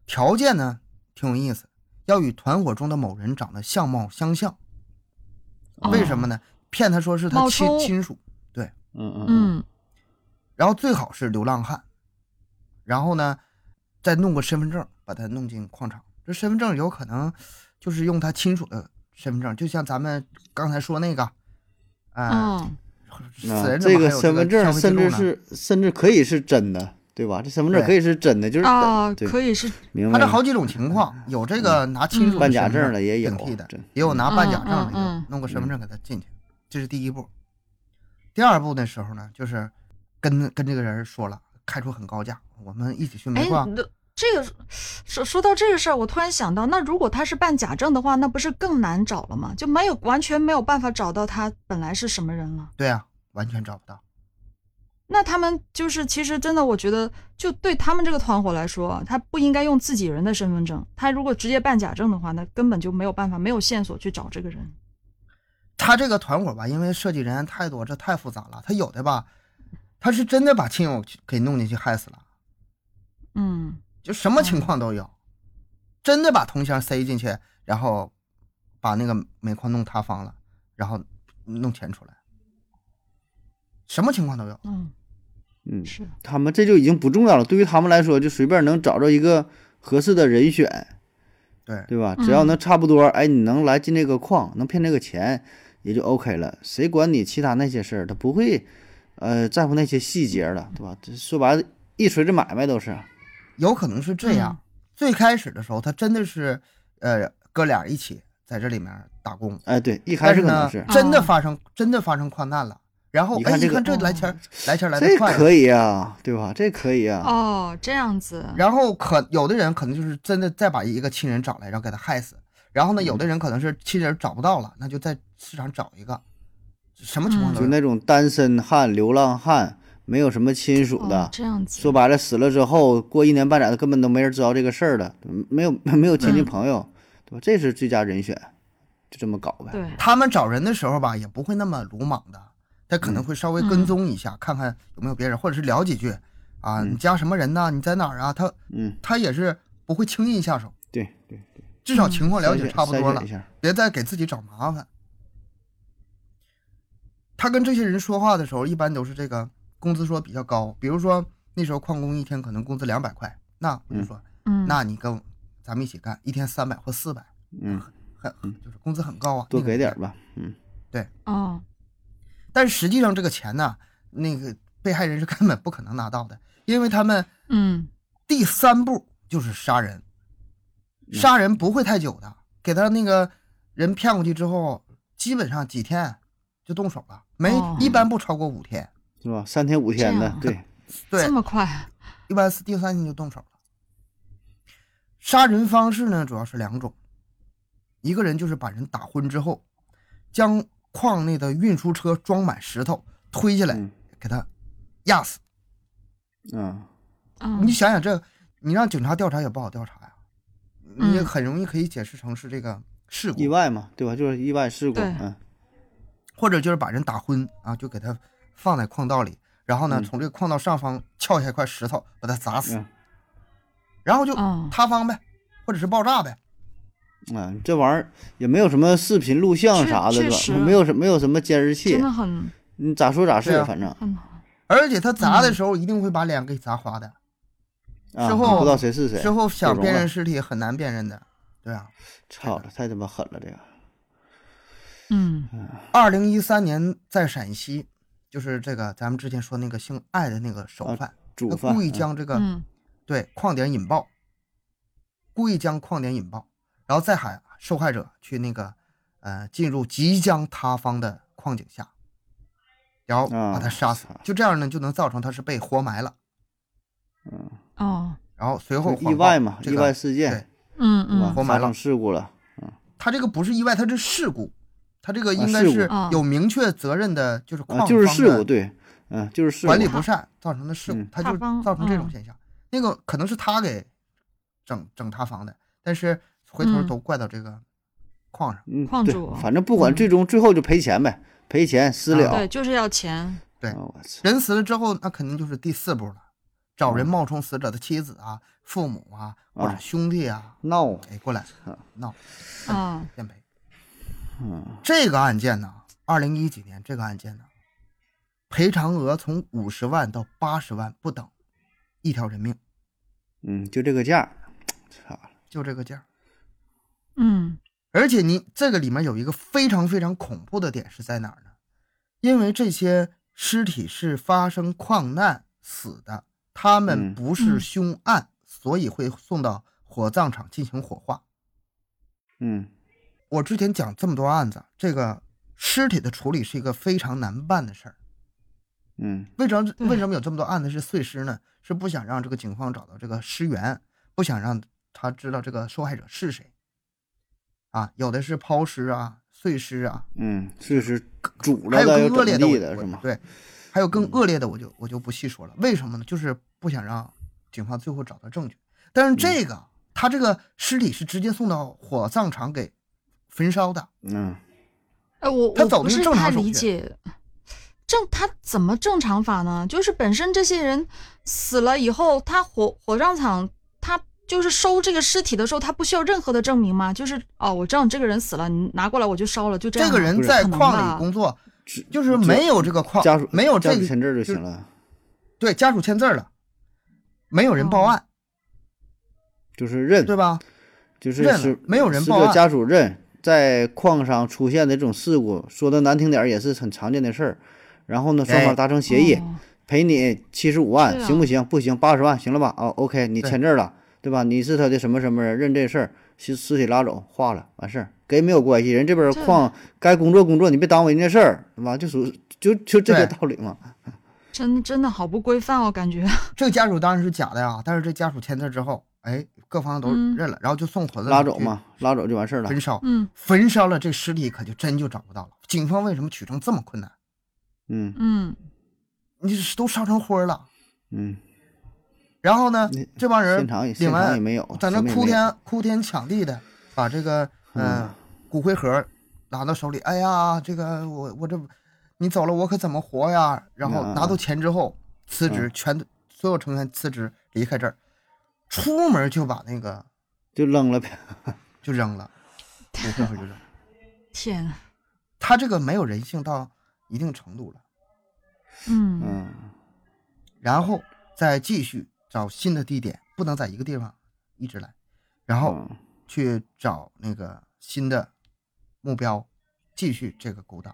Speaker 1: 条件呢挺有意思，要与团伙中的某人长得相貌相像。为什
Speaker 2: 哦？
Speaker 1: 么呢？骗他说是他
Speaker 2: 冒
Speaker 1: 亲
Speaker 2: 充
Speaker 1: 亲属，
Speaker 3: 嗯嗯嗯，
Speaker 2: 嗯
Speaker 1: 然后最好是流浪汉，然后呢，再弄个身份证把他弄进矿场。这身份证有可能就是用他亲属的身份证，就像咱们刚才说那个，啊、
Speaker 2: 嗯，
Speaker 1: 死人怎
Speaker 3: 这
Speaker 1: 么还
Speaker 3: 个
Speaker 1: 有
Speaker 3: 身份证
Speaker 1: 消费记
Speaker 3: 甚
Speaker 1: 录
Speaker 3: 至
Speaker 1: 呢
Speaker 3: 是甚至可以是真的，对吧？这身份证
Speaker 1: 对
Speaker 3: 可以是真的，就是
Speaker 2: 啊，
Speaker 3: 嗯对，
Speaker 2: 可以是
Speaker 3: 明
Speaker 1: 他
Speaker 3: 白
Speaker 1: 这
Speaker 3: 了。
Speaker 1: 好几种情况，有这个拿亲属
Speaker 3: 嗯办假证
Speaker 1: 的
Speaker 3: 的也有啊
Speaker 1: 顶替的
Speaker 3: 这，
Speaker 1: 也有拿办假
Speaker 2: 嗯
Speaker 1: 证的，
Speaker 2: 嗯嗯
Speaker 1: 有弄个身份证给他进去，这是第一步。第二步的时候呢，就是跟跟这个人说了，开出很高价，我们一起去
Speaker 2: 哎
Speaker 1: 煤矿，，
Speaker 2: 那这个说说到这个事儿，我突然想到，那如果他是办假证的话，那不是更难找了吗？就没有完全没有办法找到他本来是什么人了。
Speaker 1: 对啊，完全找不到。
Speaker 2: 那他们就是，其实真的，我觉得，就对他们这个团伙来说啊，他不应该用自己人的身份证。他如果直接办假证的话，那根本就没有办法，没有线索去找这个人。
Speaker 1: 他这个团伙吧，因为涉及人员太多，这太复杂了。他有的吧，他是真的把亲友去给弄进去害死了，
Speaker 2: 嗯，
Speaker 1: 就什么情况都
Speaker 3: 哦
Speaker 1: 有，真的把同乡塞进去，然后把那个煤矿弄塌方了，然后弄钱出来，什么情况都有。
Speaker 2: 嗯，
Speaker 3: 嗯，
Speaker 2: 是，
Speaker 3: 他们这就已经不重要了，对于他们来说，就随便能找着一个合适的人选，
Speaker 1: 对，
Speaker 3: 对吧？
Speaker 2: 嗯
Speaker 3: 只要能差不多，哎，你能来进这个矿，能骗这个钱，也就 OK 了。谁管你其他那些事儿？他不会，呃，在乎那些细节了，对吧？这说白了，一锤子买卖都是。
Speaker 1: 有可能是这样。
Speaker 2: 嗯
Speaker 1: 最开始的时候，他真的是呃哥俩一起在这里面打工，
Speaker 3: 哎，对，一开
Speaker 1: 但
Speaker 3: 始
Speaker 1: 是
Speaker 3: 可
Speaker 1: 呢
Speaker 3: 能是，
Speaker 1: 真的
Speaker 2: 哦
Speaker 1: 发生真的发生矿难了，然后
Speaker 3: 你
Speaker 1: 哎
Speaker 3: 看
Speaker 1: 一
Speaker 3: 这个
Speaker 1: 看这
Speaker 2: 哦
Speaker 1: 来钱儿来钱儿来
Speaker 3: 这
Speaker 1: 的快啊。
Speaker 3: 可以啊，对吧？这可以
Speaker 1: 嗯
Speaker 3: 啊，
Speaker 2: 哦，这样子，
Speaker 1: 然后可有的人可能就是真的再把一个亲人找来，然后给他害死。然后呢，
Speaker 3: 嗯
Speaker 1: 有的人可能是亲人找不到了，那就在市场找一个，什么情况
Speaker 2: 嗯
Speaker 1: 都
Speaker 3: 就
Speaker 1: 有。
Speaker 3: 那种单身汉、流浪汉，没有什么亲属的
Speaker 2: 哦，，这样子，
Speaker 3: 说白了，死了之后过一年半载的，根本都没人知道这个事儿了，没有没有亲
Speaker 2: 嗯
Speaker 3: 戚朋友，对吧？这是最佳人选，就这么搞呗。
Speaker 2: 对，
Speaker 1: 他们找人的时候吧，也不会那么鲁莽的，他
Speaker 3: 嗯
Speaker 1: 可能会稍微跟踪一下，看看有没有别人，或者是聊几句啊，你家什么人呐？你在哪儿啊？他
Speaker 3: 嗯，
Speaker 1: 他也是不会轻易下手，
Speaker 3: 对对，
Speaker 1: 至
Speaker 3: 嗯
Speaker 1: 少情况了
Speaker 3: 筛
Speaker 1: 解
Speaker 3: 选
Speaker 1: 差不多
Speaker 3: 筛
Speaker 1: 了
Speaker 3: 选一，下，
Speaker 1: 别再给自己找麻烦。他跟这些人说话的时候，一般都是这个工资说比较高，比如说那时候矿工一天可能工资两百块，那我就说，
Speaker 2: 嗯，
Speaker 1: 那你跟咱们一起干，一天三百或四百，
Speaker 3: 嗯，
Speaker 1: 很就是工资很高啊，
Speaker 3: 多
Speaker 1: 那个
Speaker 3: 给
Speaker 1: 年
Speaker 3: 点儿
Speaker 1: 代。
Speaker 3: 吧，嗯，
Speaker 2: 哦，
Speaker 1: 但是实际上这个钱呢，那个被害人是根本不可能拿到的，因为他们
Speaker 2: 嗯，
Speaker 1: 第三步就是杀人，杀人不会太久的，给他那个人骗过去之后，基本上几天就动手了，没、
Speaker 2: 哦
Speaker 1: 一般不超过五天，
Speaker 3: 是吧？三天五天
Speaker 2: 这
Speaker 3: 的
Speaker 2: 样，啊
Speaker 3: 对，
Speaker 1: 对
Speaker 2: 这，么快，
Speaker 1: 一般是第三天就动手了。杀人方式呢，主要是两种，一个人就是把人打昏之后，将矿内的运输车装满石头推下来，
Speaker 3: 嗯
Speaker 1: 给他压死。
Speaker 3: 嗯，
Speaker 2: 嗯，
Speaker 1: 你想想这，你让警察调查也不好调查呀、你也
Speaker 2: 嗯
Speaker 1: 很容易可以解释成是这个事故
Speaker 3: 意，外嘛，对吧？就是意外事故，
Speaker 2: 对
Speaker 3: 嗯，
Speaker 1: 或者就是把人打昏啊，就给他放在矿道里，然后呢，
Speaker 3: 嗯
Speaker 1: 从这个矿道上方撬下一块石头把他砸死
Speaker 3: 嗯，
Speaker 1: 然后就
Speaker 2: 哦
Speaker 1: 塌方呗，或者是爆炸呗。
Speaker 3: 啊，这玩意儿也没有什么视频录像
Speaker 2: 确
Speaker 3: 啥的，
Speaker 2: 确
Speaker 3: 对
Speaker 2: 实
Speaker 3: 吧？没有什没有什么监视器
Speaker 2: 真，的很
Speaker 3: 你咋说咋
Speaker 1: 对
Speaker 3: 是
Speaker 1: 啊，
Speaker 3: 反正
Speaker 2: 很
Speaker 1: 而且他砸
Speaker 3: 嗯
Speaker 1: 的时候一定会把脸给砸花的，
Speaker 3: 啊，
Speaker 1: 之
Speaker 3: 不
Speaker 1: 后
Speaker 3: 知道谁是谁
Speaker 1: 之，后想
Speaker 3: 容
Speaker 1: 辨
Speaker 3: 了
Speaker 1: 认尸体很难辨认的。对啊，
Speaker 3: 操了，太他妈狠了，这个，
Speaker 2: 嗯
Speaker 1: 二零一三年在陕西就是这个咱们之前说那个姓艾的那个首犯，
Speaker 3: 啊主
Speaker 1: 他
Speaker 3: 犯
Speaker 1: 故意
Speaker 3: 啊
Speaker 1: 将这个
Speaker 2: 嗯
Speaker 1: 对矿点引爆，故意将矿点引爆，然后再喊受害者去那个呃进入即将塌方的矿井下，然后把他
Speaker 3: 啊
Speaker 1: 杀死，
Speaker 3: 操
Speaker 1: 就这样呢就能造成他是被活埋了。
Speaker 2: 哦
Speaker 1: 然后随后
Speaker 3: 就
Speaker 1: 谎
Speaker 3: 意外
Speaker 1: 报
Speaker 3: 嘛，
Speaker 1: 这
Speaker 3: 意
Speaker 1: 个
Speaker 3: 外事
Speaker 1: 对
Speaker 3: 件，
Speaker 2: 嗯
Speaker 3: 对吧
Speaker 2: 嗯？
Speaker 1: 活埋
Speaker 3: 发
Speaker 1: 了
Speaker 3: 生事故了，
Speaker 1: 他这个不是意外，他是事故，他这个应该
Speaker 3: 事故
Speaker 1: 是
Speaker 2: 啊
Speaker 1: 有明确责任的，就是矿
Speaker 3: 啊，
Speaker 1: 方
Speaker 3: 就是事
Speaker 1: 的
Speaker 3: 故，对，嗯，就是事故
Speaker 1: 管理不善造成的事故
Speaker 3: 嗯，
Speaker 1: 他
Speaker 2: 塌
Speaker 1: 就
Speaker 2: 方
Speaker 1: 造成这种
Speaker 2: 嗯
Speaker 1: 现象。那个可能是他给整整塌房的，但是回头
Speaker 2: 嗯
Speaker 1: 都怪到这个矿上。
Speaker 3: 嗯，
Speaker 2: 矿
Speaker 3: 对
Speaker 2: 主，
Speaker 3: 反正不管最终最后就赔钱呗，赔钱私了。
Speaker 2: 对，就是要钱，
Speaker 1: 啊对
Speaker 3: 啊，我操，
Speaker 1: 人死了之后，那肯定就是第四步了，找人冒充死者的妻子啊、父母啊或者
Speaker 3: 啊
Speaker 1: 兄弟啊，
Speaker 3: 闹
Speaker 1: 哎过来闹
Speaker 2: 嗯
Speaker 1: 认赔。这个案件呢，二零一几年这个案件呢，赔偿额从五十万到八十万不等，一条人命
Speaker 3: 嗯，就这个价儿，操了，
Speaker 1: 就这个价儿。
Speaker 2: 嗯
Speaker 1: 而且你这个里面有一个非常非常恐怖的点是在哪儿呢？因为这些尸体是发生矿难死的，他们
Speaker 3: 嗯
Speaker 1: 不是
Speaker 2: 嗯
Speaker 1: 凶案，所以会送到火葬场进行火化。
Speaker 3: 嗯
Speaker 1: 我之前讲这么多案子，这个尸体的处理是一个非常难办的事儿。
Speaker 3: 嗯
Speaker 1: 为什么
Speaker 2: 对
Speaker 1: 为什么有这么多案子是碎尸呢？是不想让这个警方找到这个尸源，不想让他知道这个受害者是谁。啊，有的是抛尸啊、碎尸啊，
Speaker 3: 嗯，这是煮
Speaker 1: 还
Speaker 3: 了
Speaker 1: 有
Speaker 3: 的，
Speaker 1: 更恶
Speaker 3: 又
Speaker 1: 劣
Speaker 3: 整
Speaker 1: 的我
Speaker 3: 地的
Speaker 1: 我
Speaker 3: 是吗？
Speaker 1: 对，还有更恶劣的，我就我就不细说了。为什么呢？就是不想让警方最后找到证据。但是
Speaker 3: 嗯
Speaker 1: 这个、他这个尸体是直接送到火葬场给焚烧的，
Speaker 3: 嗯，
Speaker 2: 哎，我
Speaker 1: 他
Speaker 2: 我
Speaker 1: 走的
Speaker 2: 不
Speaker 1: 是
Speaker 2: 是
Speaker 1: 正常
Speaker 2: 太
Speaker 1: 手
Speaker 2: 理
Speaker 1: 续
Speaker 2: 解，正他怎么正常法呢？就是本身这些人死了以后，他火火葬场他就是收这个尸体的时候，他不需要任何的证明吗？就是哦，我知道你这个人死了，你拿过来我就烧了，就这样
Speaker 1: 这
Speaker 2: 吗。
Speaker 1: 个人
Speaker 2: 不
Speaker 1: 在
Speaker 2: 可能
Speaker 1: 矿
Speaker 2: 吧
Speaker 1: 里工作
Speaker 3: 只，
Speaker 1: 就是没有这个矿
Speaker 3: 家属，
Speaker 1: 没有
Speaker 3: 家
Speaker 1: 这
Speaker 3: 属
Speaker 1: 个
Speaker 3: 签字儿就
Speaker 1: 就是
Speaker 3: 行了，
Speaker 1: 对家属签字儿了，没有人报
Speaker 2: 哦
Speaker 1: 案，
Speaker 3: 就是认，
Speaker 1: 对吧？
Speaker 3: 就是
Speaker 1: 认了
Speaker 3: 死
Speaker 1: 没有人
Speaker 3: 死
Speaker 1: 报
Speaker 3: 者
Speaker 1: 案
Speaker 3: 家属认，在矿上出现的这种事故，说的难听点儿也是很常见的事儿。然后呢，双
Speaker 1: 哎
Speaker 3: 方达成协议，
Speaker 2: 哦
Speaker 3: 赔你七十五万，
Speaker 2: 是啊
Speaker 3: 行不行？不行，八十万，行了吧？啊，OK，你
Speaker 1: 对
Speaker 3: 签字了，对吧？你是他的什么什么人，认这事儿，尸尸体拉走，化了，完事儿，跟没有关系。人这边
Speaker 2: 这
Speaker 3: 矿该工作工作，你别耽误人家事儿，对吧？就属就就这个
Speaker 1: 对
Speaker 3: 道理嘛。
Speaker 2: 真真的好不规范哦，感觉。
Speaker 1: 这个家属当然是假的呀，但是这家属签字之后，哎，各方都
Speaker 2: 嗯
Speaker 1: 认了，然后就送火葬
Speaker 3: 拉
Speaker 1: 场
Speaker 3: 走
Speaker 1: 去
Speaker 3: 嘛，拉走就完事儿了
Speaker 1: 焚。烧。
Speaker 2: 嗯
Speaker 1: 焚烧了这尸体，可就真就找不到了。警方为什么取证这么困难？
Speaker 3: 嗯
Speaker 2: 嗯，
Speaker 1: 你这都烧成灰儿了，
Speaker 3: 嗯，
Speaker 1: 然后呢
Speaker 3: 你，
Speaker 1: 这帮人
Speaker 3: 现场也
Speaker 1: 领
Speaker 3: 现场也
Speaker 1: 完，
Speaker 3: 没有，
Speaker 1: 在那
Speaker 3: 什么也
Speaker 1: 哭
Speaker 3: 没有
Speaker 1: 天哭天抢地的，把这个嗯、呃骨灰盒拿到手里，哎呀，这个我我这你走了我可怎么活呀？然后
Speaker 3: 嗯嗯
Speaker 1: 拿到钱之后辞
Speaker 3: 嗯
Speaker 1: 职，全所有成员辞职离开这儿，出门就把那个
Speaker 3: 就扔了呗。
Speaker 1: 就扔了，骨灰盒就扔了。
Speaker 2: 天啊，
Speaker 1: 他这个没有人性到一定程度了。
Speaker 2: 嗯
Speaker 3: 嗯
Speaker 1: 然后再继续找新的地点，不能在一个地方一直来，然后
Speaker 3: 嗯
Speaker 1: 去找那个新的目标，继续这个勾当。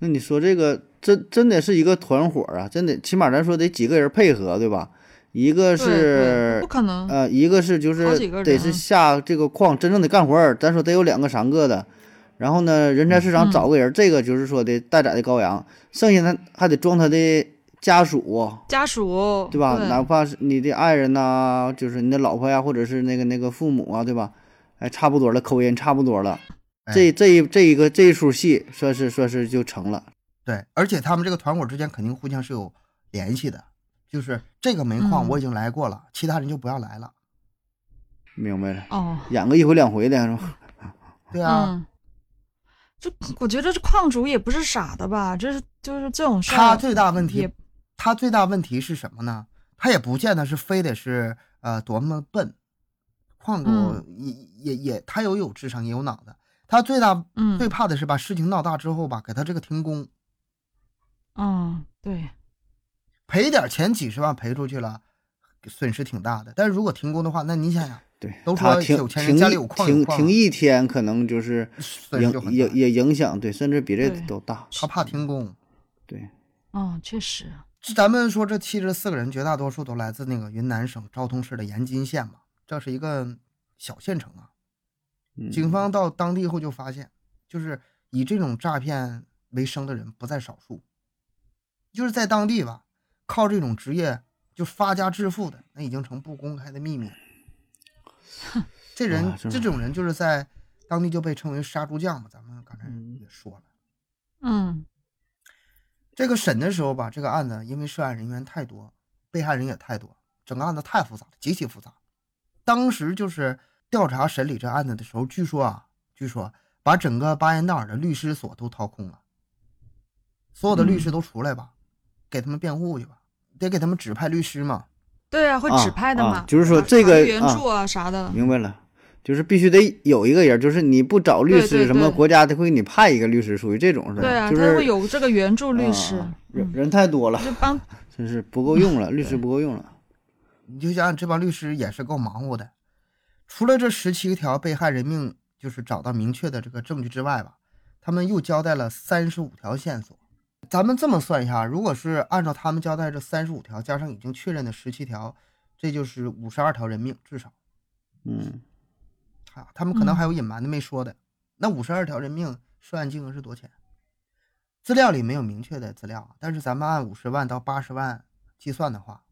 Speaker 3: 那你说这个真真的是一个团伙啊，真的，起码咱说得几个人配合，对吧？一个
Speaker 2: 对对
Speaker 3: 是
Speaker 2: 不可能。
Speaker 3: 呃，一个是就是
Speaker 2: 嗯好几个
Speaker 3: 得
Speaker 2: 人啊
Speaker 3: 是下这个矿真正的干活儿，咱说得有两个三个的，然后呢，人才市
Speaker 2: 嗯
Speaker 3: 场找个人，这个就是说的待宰的羔羊，剩下他还得装他的家属，
Speaker 2: 家属
Speaker 3: 对吧？
Speaker 2: 对
Speaker 3: 哪怕是你的爱人呐、就是你的老婆呀，或者是那个那个父母啊，对吧？哎，差不多了，口音差不多了，这
Speaker 1: 哎
Speaker 3: 这一这一个这一出戏算是算是就成了，
Speaker 1: 对，而且他们这个团伙之间肯定互相是有联系的，就是这个煤矿
Speaker 2: 嗯
Speaker 1: 我已经来过了，其他人就不要来了。
Speaker 3: 明白了，
Speaker 2: 哦，
Speaker 3: 演个一回两回的是吧？
Speaker 1: 对啊，
Speaker 2: 嗯，就
Speaker 3: 嗯
Speaker 2: 我觉得这矿主也不是傻的吧，这是就是这种事儿。
Speaker 1: 他最大问题
Speaker 2: 也，
Speaker 1: 他最大问题是什么呢？他也不见得是非得是呃多么笨，矿主
Speaker 2: 嗯
Speaker 1: 也、也也他也有智商也有脑子，他最大
Speaker 2: 嗯
Speaker 1: 最怕的是把事情闹大之后吧，给他这个停工，
Speaker 2: 嗯对，
Speaker 1: 赔点钱几十万赔出去了，损失挺大的。但是如果停工的话，那你想 想，
Speaker 3: 对
Speaker 1: 都，说
Speaker 3: 他停
Speaker 1: 有钱人
Speaker 3: 停
Speaker 1: 家里有
Speaker 3: 一
Speaker 1: 矿有
Speaker 3: 停
Speaker 1: 矿啊
Speaker 3: 停一天，可能就是
Speaker 1: 损失就
Speaker 3: 影
Speaker 1: 很
Speaker 3: 也
Speaker 1: 大。
Speaker 3: 也影响，对，甚至比这
Speaker 2: 对
Speaker 3: 都大。
Speaker 1: 他怕停工，
Speaker 3: 对，
Speaker 2: 嗯，确实，
Speaker 1: 这咱们说这七十四个人，绝大多数都来自那个云南省昭通市的盐津县嘛，这是一个小县城啊。
Speaker 3: 嗯
Speaker 1: 警方到当地后就发现，就是以这种诈骗为生的人不在少数，就是在当地吧，靠这种职业就发家致富的，那已经成不公开的秘密了。 这人
Speaker 3: 哇这
Speaker 1: 这种人就是在当地就被称为杀猪匠嘛，咱们刚才也说了。
Speaker 2: 嗯
Speaker 1: 这个审的时候吧，这个案子因为涉案人员太多，被害人也太多，整个案子太复杂了，极其复杂。当时就是调查审理这案子的时候，据说啊，据说把整个巴彦淖尔的律师所都掏空了，所有的律师都出来吧，给他们辩护去吧，得给他们指派律师嘛。
Speaker 2: 对啊，会
Speaker 3: 啊
Speaker 2: 指派的
Speaker 3: 啊
Speaker 2: 嘛，
Speaker 3: 就是说
Speaker 2: 法
Speaker 3: 这
Speaker 2: 法
Speaker 3: 个
Speaker 2: 律援
Speaker 3: 啊
Speaker 2: 助啊啥的，
Speaker 3: 明白了，就是必须得有一个人，就是你不找律
Speaker 2: 对
Speaker 3: 师，
Speaker 2: 对
Speaker 3: 什么
Speaker 2: 对
Speaker 3: 国家都会给你派一个律师，属于这种是吧？
Speaker 2: 对啊，
Speaker 3: 就
Speaker 2: 他
Speaker 3: 是
Speaker 2: 会有这个援助律
Speaker 3: 啊
Speaker 2: 师，
Speaker 1: 嗯
Speaker 3: 人人太多了，
Speaker 2: 就帮
Speaker 3: 真是不够 用了，律师不够用了。
Speaker 1: 你就想想，这帮律师也是够忙活的。除了这十七条被害人命就是找到明确的这个证据之外吧，他们又交代了三十五条线索。咱们这么算一下，如果是按照他们交代这三十五条，加上已经确认的十七条，这就是五十二条人命至少
Speaker 3: 嗯，
Speaker 1: 啊。他们可能还有隐瞒的没说的。那五十二条人命涉案金额是多少钱？资料里没有明确的资料啊，但是咱们按五十万到八十万计算的话，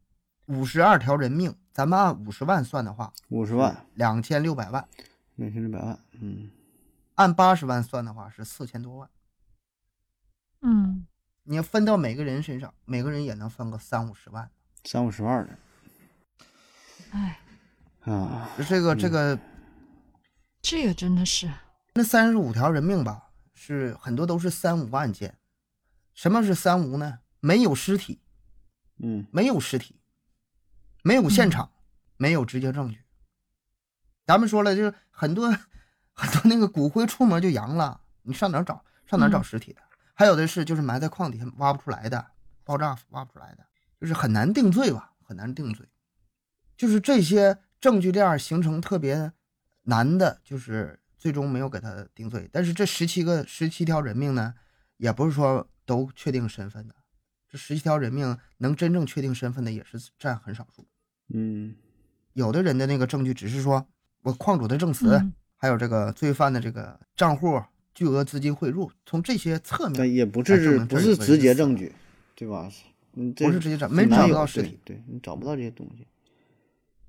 Speaker 1: 五十二条人命，咱们按五十万算的话，
Speaker 3: 五十万，
Speaker 1: 两千六百万，
Speaker 3: 两千六百万，嗯，
Speaker 1: 按八十万算的话是四千多万。
Speaker 2: 嗯
Speaker 1: 你要分到每个人身上，每个人也能分个三五十万。
Speaker 3: 三五十万的，
Speaker 2: 哎，
Speaker 3: 啊，
Speaker 1: 这个这个，
Speaker 2: 这个真的是，
Speaker 1: 那三十五条人命吧，是很多都是三无案件。什么是三无呢？没有尸体，
Speaker 3: 嗯
Speaker 1: 没有尸体，没有现场，没有直接证据。咱们说了，就是很多很多那个骨灰出门就扬了，你上哪儿找？上哪儿找
Speaker 2: 嗯
Speaker 1: 尸体的？还有的是就是埋在矿底下挖不出来的，爆炸挖不出来的，就是很难定罪吧，很难定罪。就是这些证据链儿形成特别难的，就是最终没有给他定罪。但是这十七个十七条人命呢，也不是说都确定身份的，这十七条人命能真正确定身份的也是占很少数。
Speaker 3: 嗯
Speaker 1: 有的人的那个证据只是说我矿主的证词，
Speaker 2: 嗯
Speaker 1: 还有这个罪犯的这个账户、巨额资金汇入，从这些侧
Speaker 3: 但
Speaker 1: 面
Speaker 3: 也不是
Speaker 1: 证明这儿有
Speaker 3: 不是
Speaker 1: 个人
Speaker 3: 直接
Speaker 1: 死了
Speaker 3: 证据，对吧？嗯，这
Speaker 1: 不是直接证，
Speaker 3: 很
Speaker 1: 没
Speaker 3: 难
Speaker 1: 找
Speaker 3: 有
Speaker 1: 到尸
Speaker 3: 对
Speaker 1: 体，
Speaker 3: 对你找不到这些东西。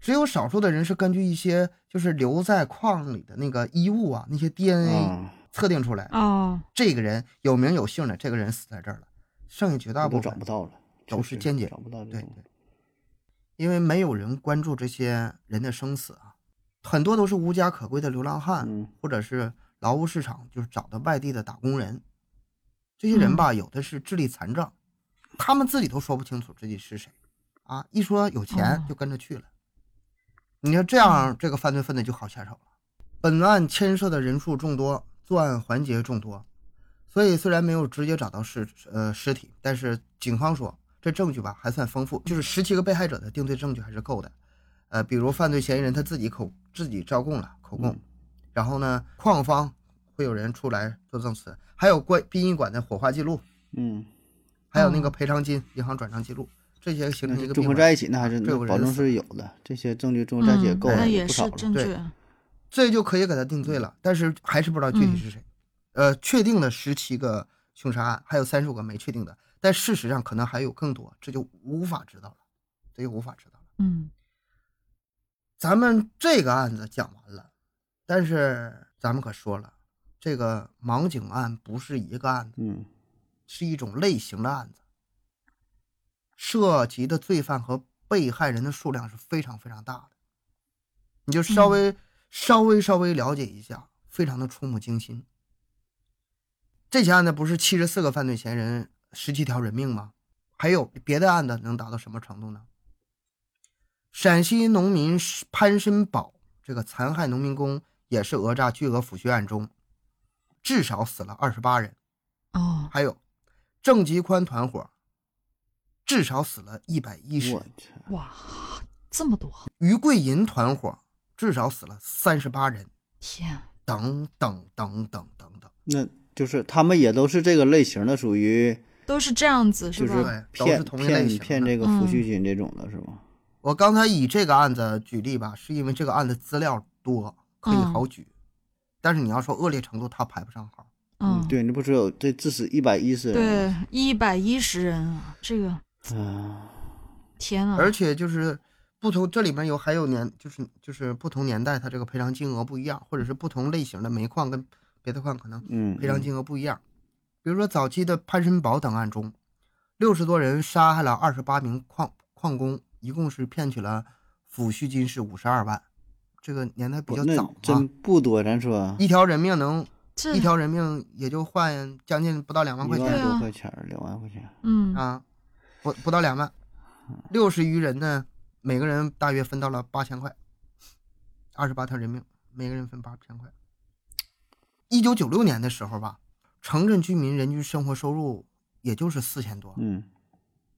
Speaker 1: 只有少数的人是根据一些就是留在矿里的那个衣物啊，那些 DNA
Speaker 3: 啊
Speaker 1: 测定出来，
Speaker 2: 哦，
Speaker 1: 这个人有名有姓的，这个人死在这儿了，剩下绝大部
Speaker 3: 都找
Speaker 1: 分
Speaker 3: 不到了，
Speaker 1: 都
Speaker 3: 就是
Speaker 1: 间接
Speaker 3: 找不到这
Speaker 1: 对
Speaker 3: 东
Speaker 1: 对
Speaker 3: 西。，
Speaker 1: 因为没有人关注这些人的生死啊，很多都是无家可归的流浪
Speaker 2: 啊
Speaker 1: 汉，
Speaker 3: 嗯
Speaker 1: 或者是劳务市场就是找的外地的打工人。这些人吧，有的是智力残障，他们自己都说不清楚自己是谁啊，一说有钱
Speaker 2: 哦
Speaker 1: 就跟着去了。你看这样，这个犯罪分子就好下手了。本案牵涉的人数众多，作案环节众多，所以虽然没有直接找到尸呃尸体，但是警方说这证据吧还算丰富，就是十七个被害者的定罪证据还是够的。呃，比如犯罪嫌疑人他自己口自己招供了口供，
Speaker 3: 嗯
Speaker 1: 然后呢，矿方会有人出来做证词，还有关殡仪馆的火化记录，
Speaker 3: 嗯，
Speaker 1: 还有那
Speaker 2: 哦
Speaker 1: 个赔偿金、银行转账记录，这些形
Speaker 3: 那
Speaker 1: 成一
Speaker 3: 是
Speaker 1: 个
Speaker 3: 综
Speaker 1: 闭
Speaker 3: 合
Speaker 1: 环
Speaker 3: 在一起，那还是
Speaker 1: 这有
Speaker 3: 那
Speaker 1: 人
Speaker 3: 保证
Speaker 1: 死
Speaker 3: 是有的。这些证据综合在一起也
Speaker 2: 嗯，
Speaker 3: 够
Speaker 2: 那
Speaker 3: 了，
Speaker 2: 也
Speaker 3: 不
Speaker 2: 是
Speaker 3: 少了。
Speaker 2: 证
Speaker 1: 对
Speaker 2: 据，
Speaker 1: 这就可以给他定罪了，但是还是不知道具体是谁。呃，确定了十七个凶杀案，还有三十五个没确定的，但事实上可能还有更多，这就无法知道了，这就无法知道了。
Speaker 2: 嗯
Speaker 1: 咱们这个案子讲完了，但是咱们可说了，这个盲井案不是一个案子，
Speaker 3: 嗯
Speaker 1: 是一种类型的案子，涉及的罪犯和被害人的数量是非常非常大的。你就稍微、稍微稍微了解一下，非常的触目惊心。这起案子不是七十四个犯罪嫌疑人，十七条人命吗？还有别的案子能达到什么程度呢？陕西农民潘申宝这个残害农民工也是讹诈巨额抚恤案中，至少死了二十八人。
Speaker 2: 哦，
Speaker 1: 还有郑吉宽团伙至少死了一百一十
Speaker 3: 我，去，
Speaker 2: 哇，这么多，
Speaker 1: 于桂银团伙至少死了三十八人，
Speaker 2: 天，
Speaker 1: 等等等等等等，
Speaker 3: 那就是他们也都是这个类型的，属于
Speaker 2: 都是这样子，
Speaker 3: 就是
Speaker 2: 吧？嗯
Speaker 1: 对都
Speaker 3: 骗
Speaker 1: 是同一类
Speaker 3: 骗
Speaker 1: 型的
Speaker 3: 骗这个抚恤金这种的是吗？
Speaker 1: 我刚才以这个案子举例吧，是因为这个案子资料多，可以好举。但是你要说恶劣程度，它排不上号。
Speaker 2: 嗯，
Speaker 3: 对，你不只有这致死一百一十人
Speaker 2: 对，一百一十人啊，这个
Speaker 3: 吗，啊，
Speaker 2: 天啊！
Speaker 1: 而且就是不同，这里面有还有年，就是就是不同年代，它这个赔偿金额不一样，或者是不同类型的煤矿跟别的矿可能
Speaker 3: 嗯，
Speaker 1: 赔偿金额不一样。比如说早期的潘森堡等案中，六十多人杀害了二十八名矿矿工，一共是骗取了抚恤金是五十二万，这个年代比
Speaker 3: 不
Speaker 1: 较
Speaker 3: 那
Speaker 1: 早嘛
Speaker 3: 真，不多，咱说
Speaker 1: 一条人命能
Speaker 2: 这
Speaker 1: 一条人命也就换将近不到两万块
Speaker 3: 一
Speaker 1: 钱
Speaker 2: 对
Speaker 3: 万
Speaker 2: 啊
Speaker 3: 多块钱儿，两万块钱儿，
Speaker 2: 嗯
Speaker 1: 啊，不不到两万，六十余人呢，每个人大约分到了八千块，二十八条人命，每个人分八千块。一九九六年的时候吧，城镇居民人均生活收入也就是四千多，
Speaker 3: 嗯，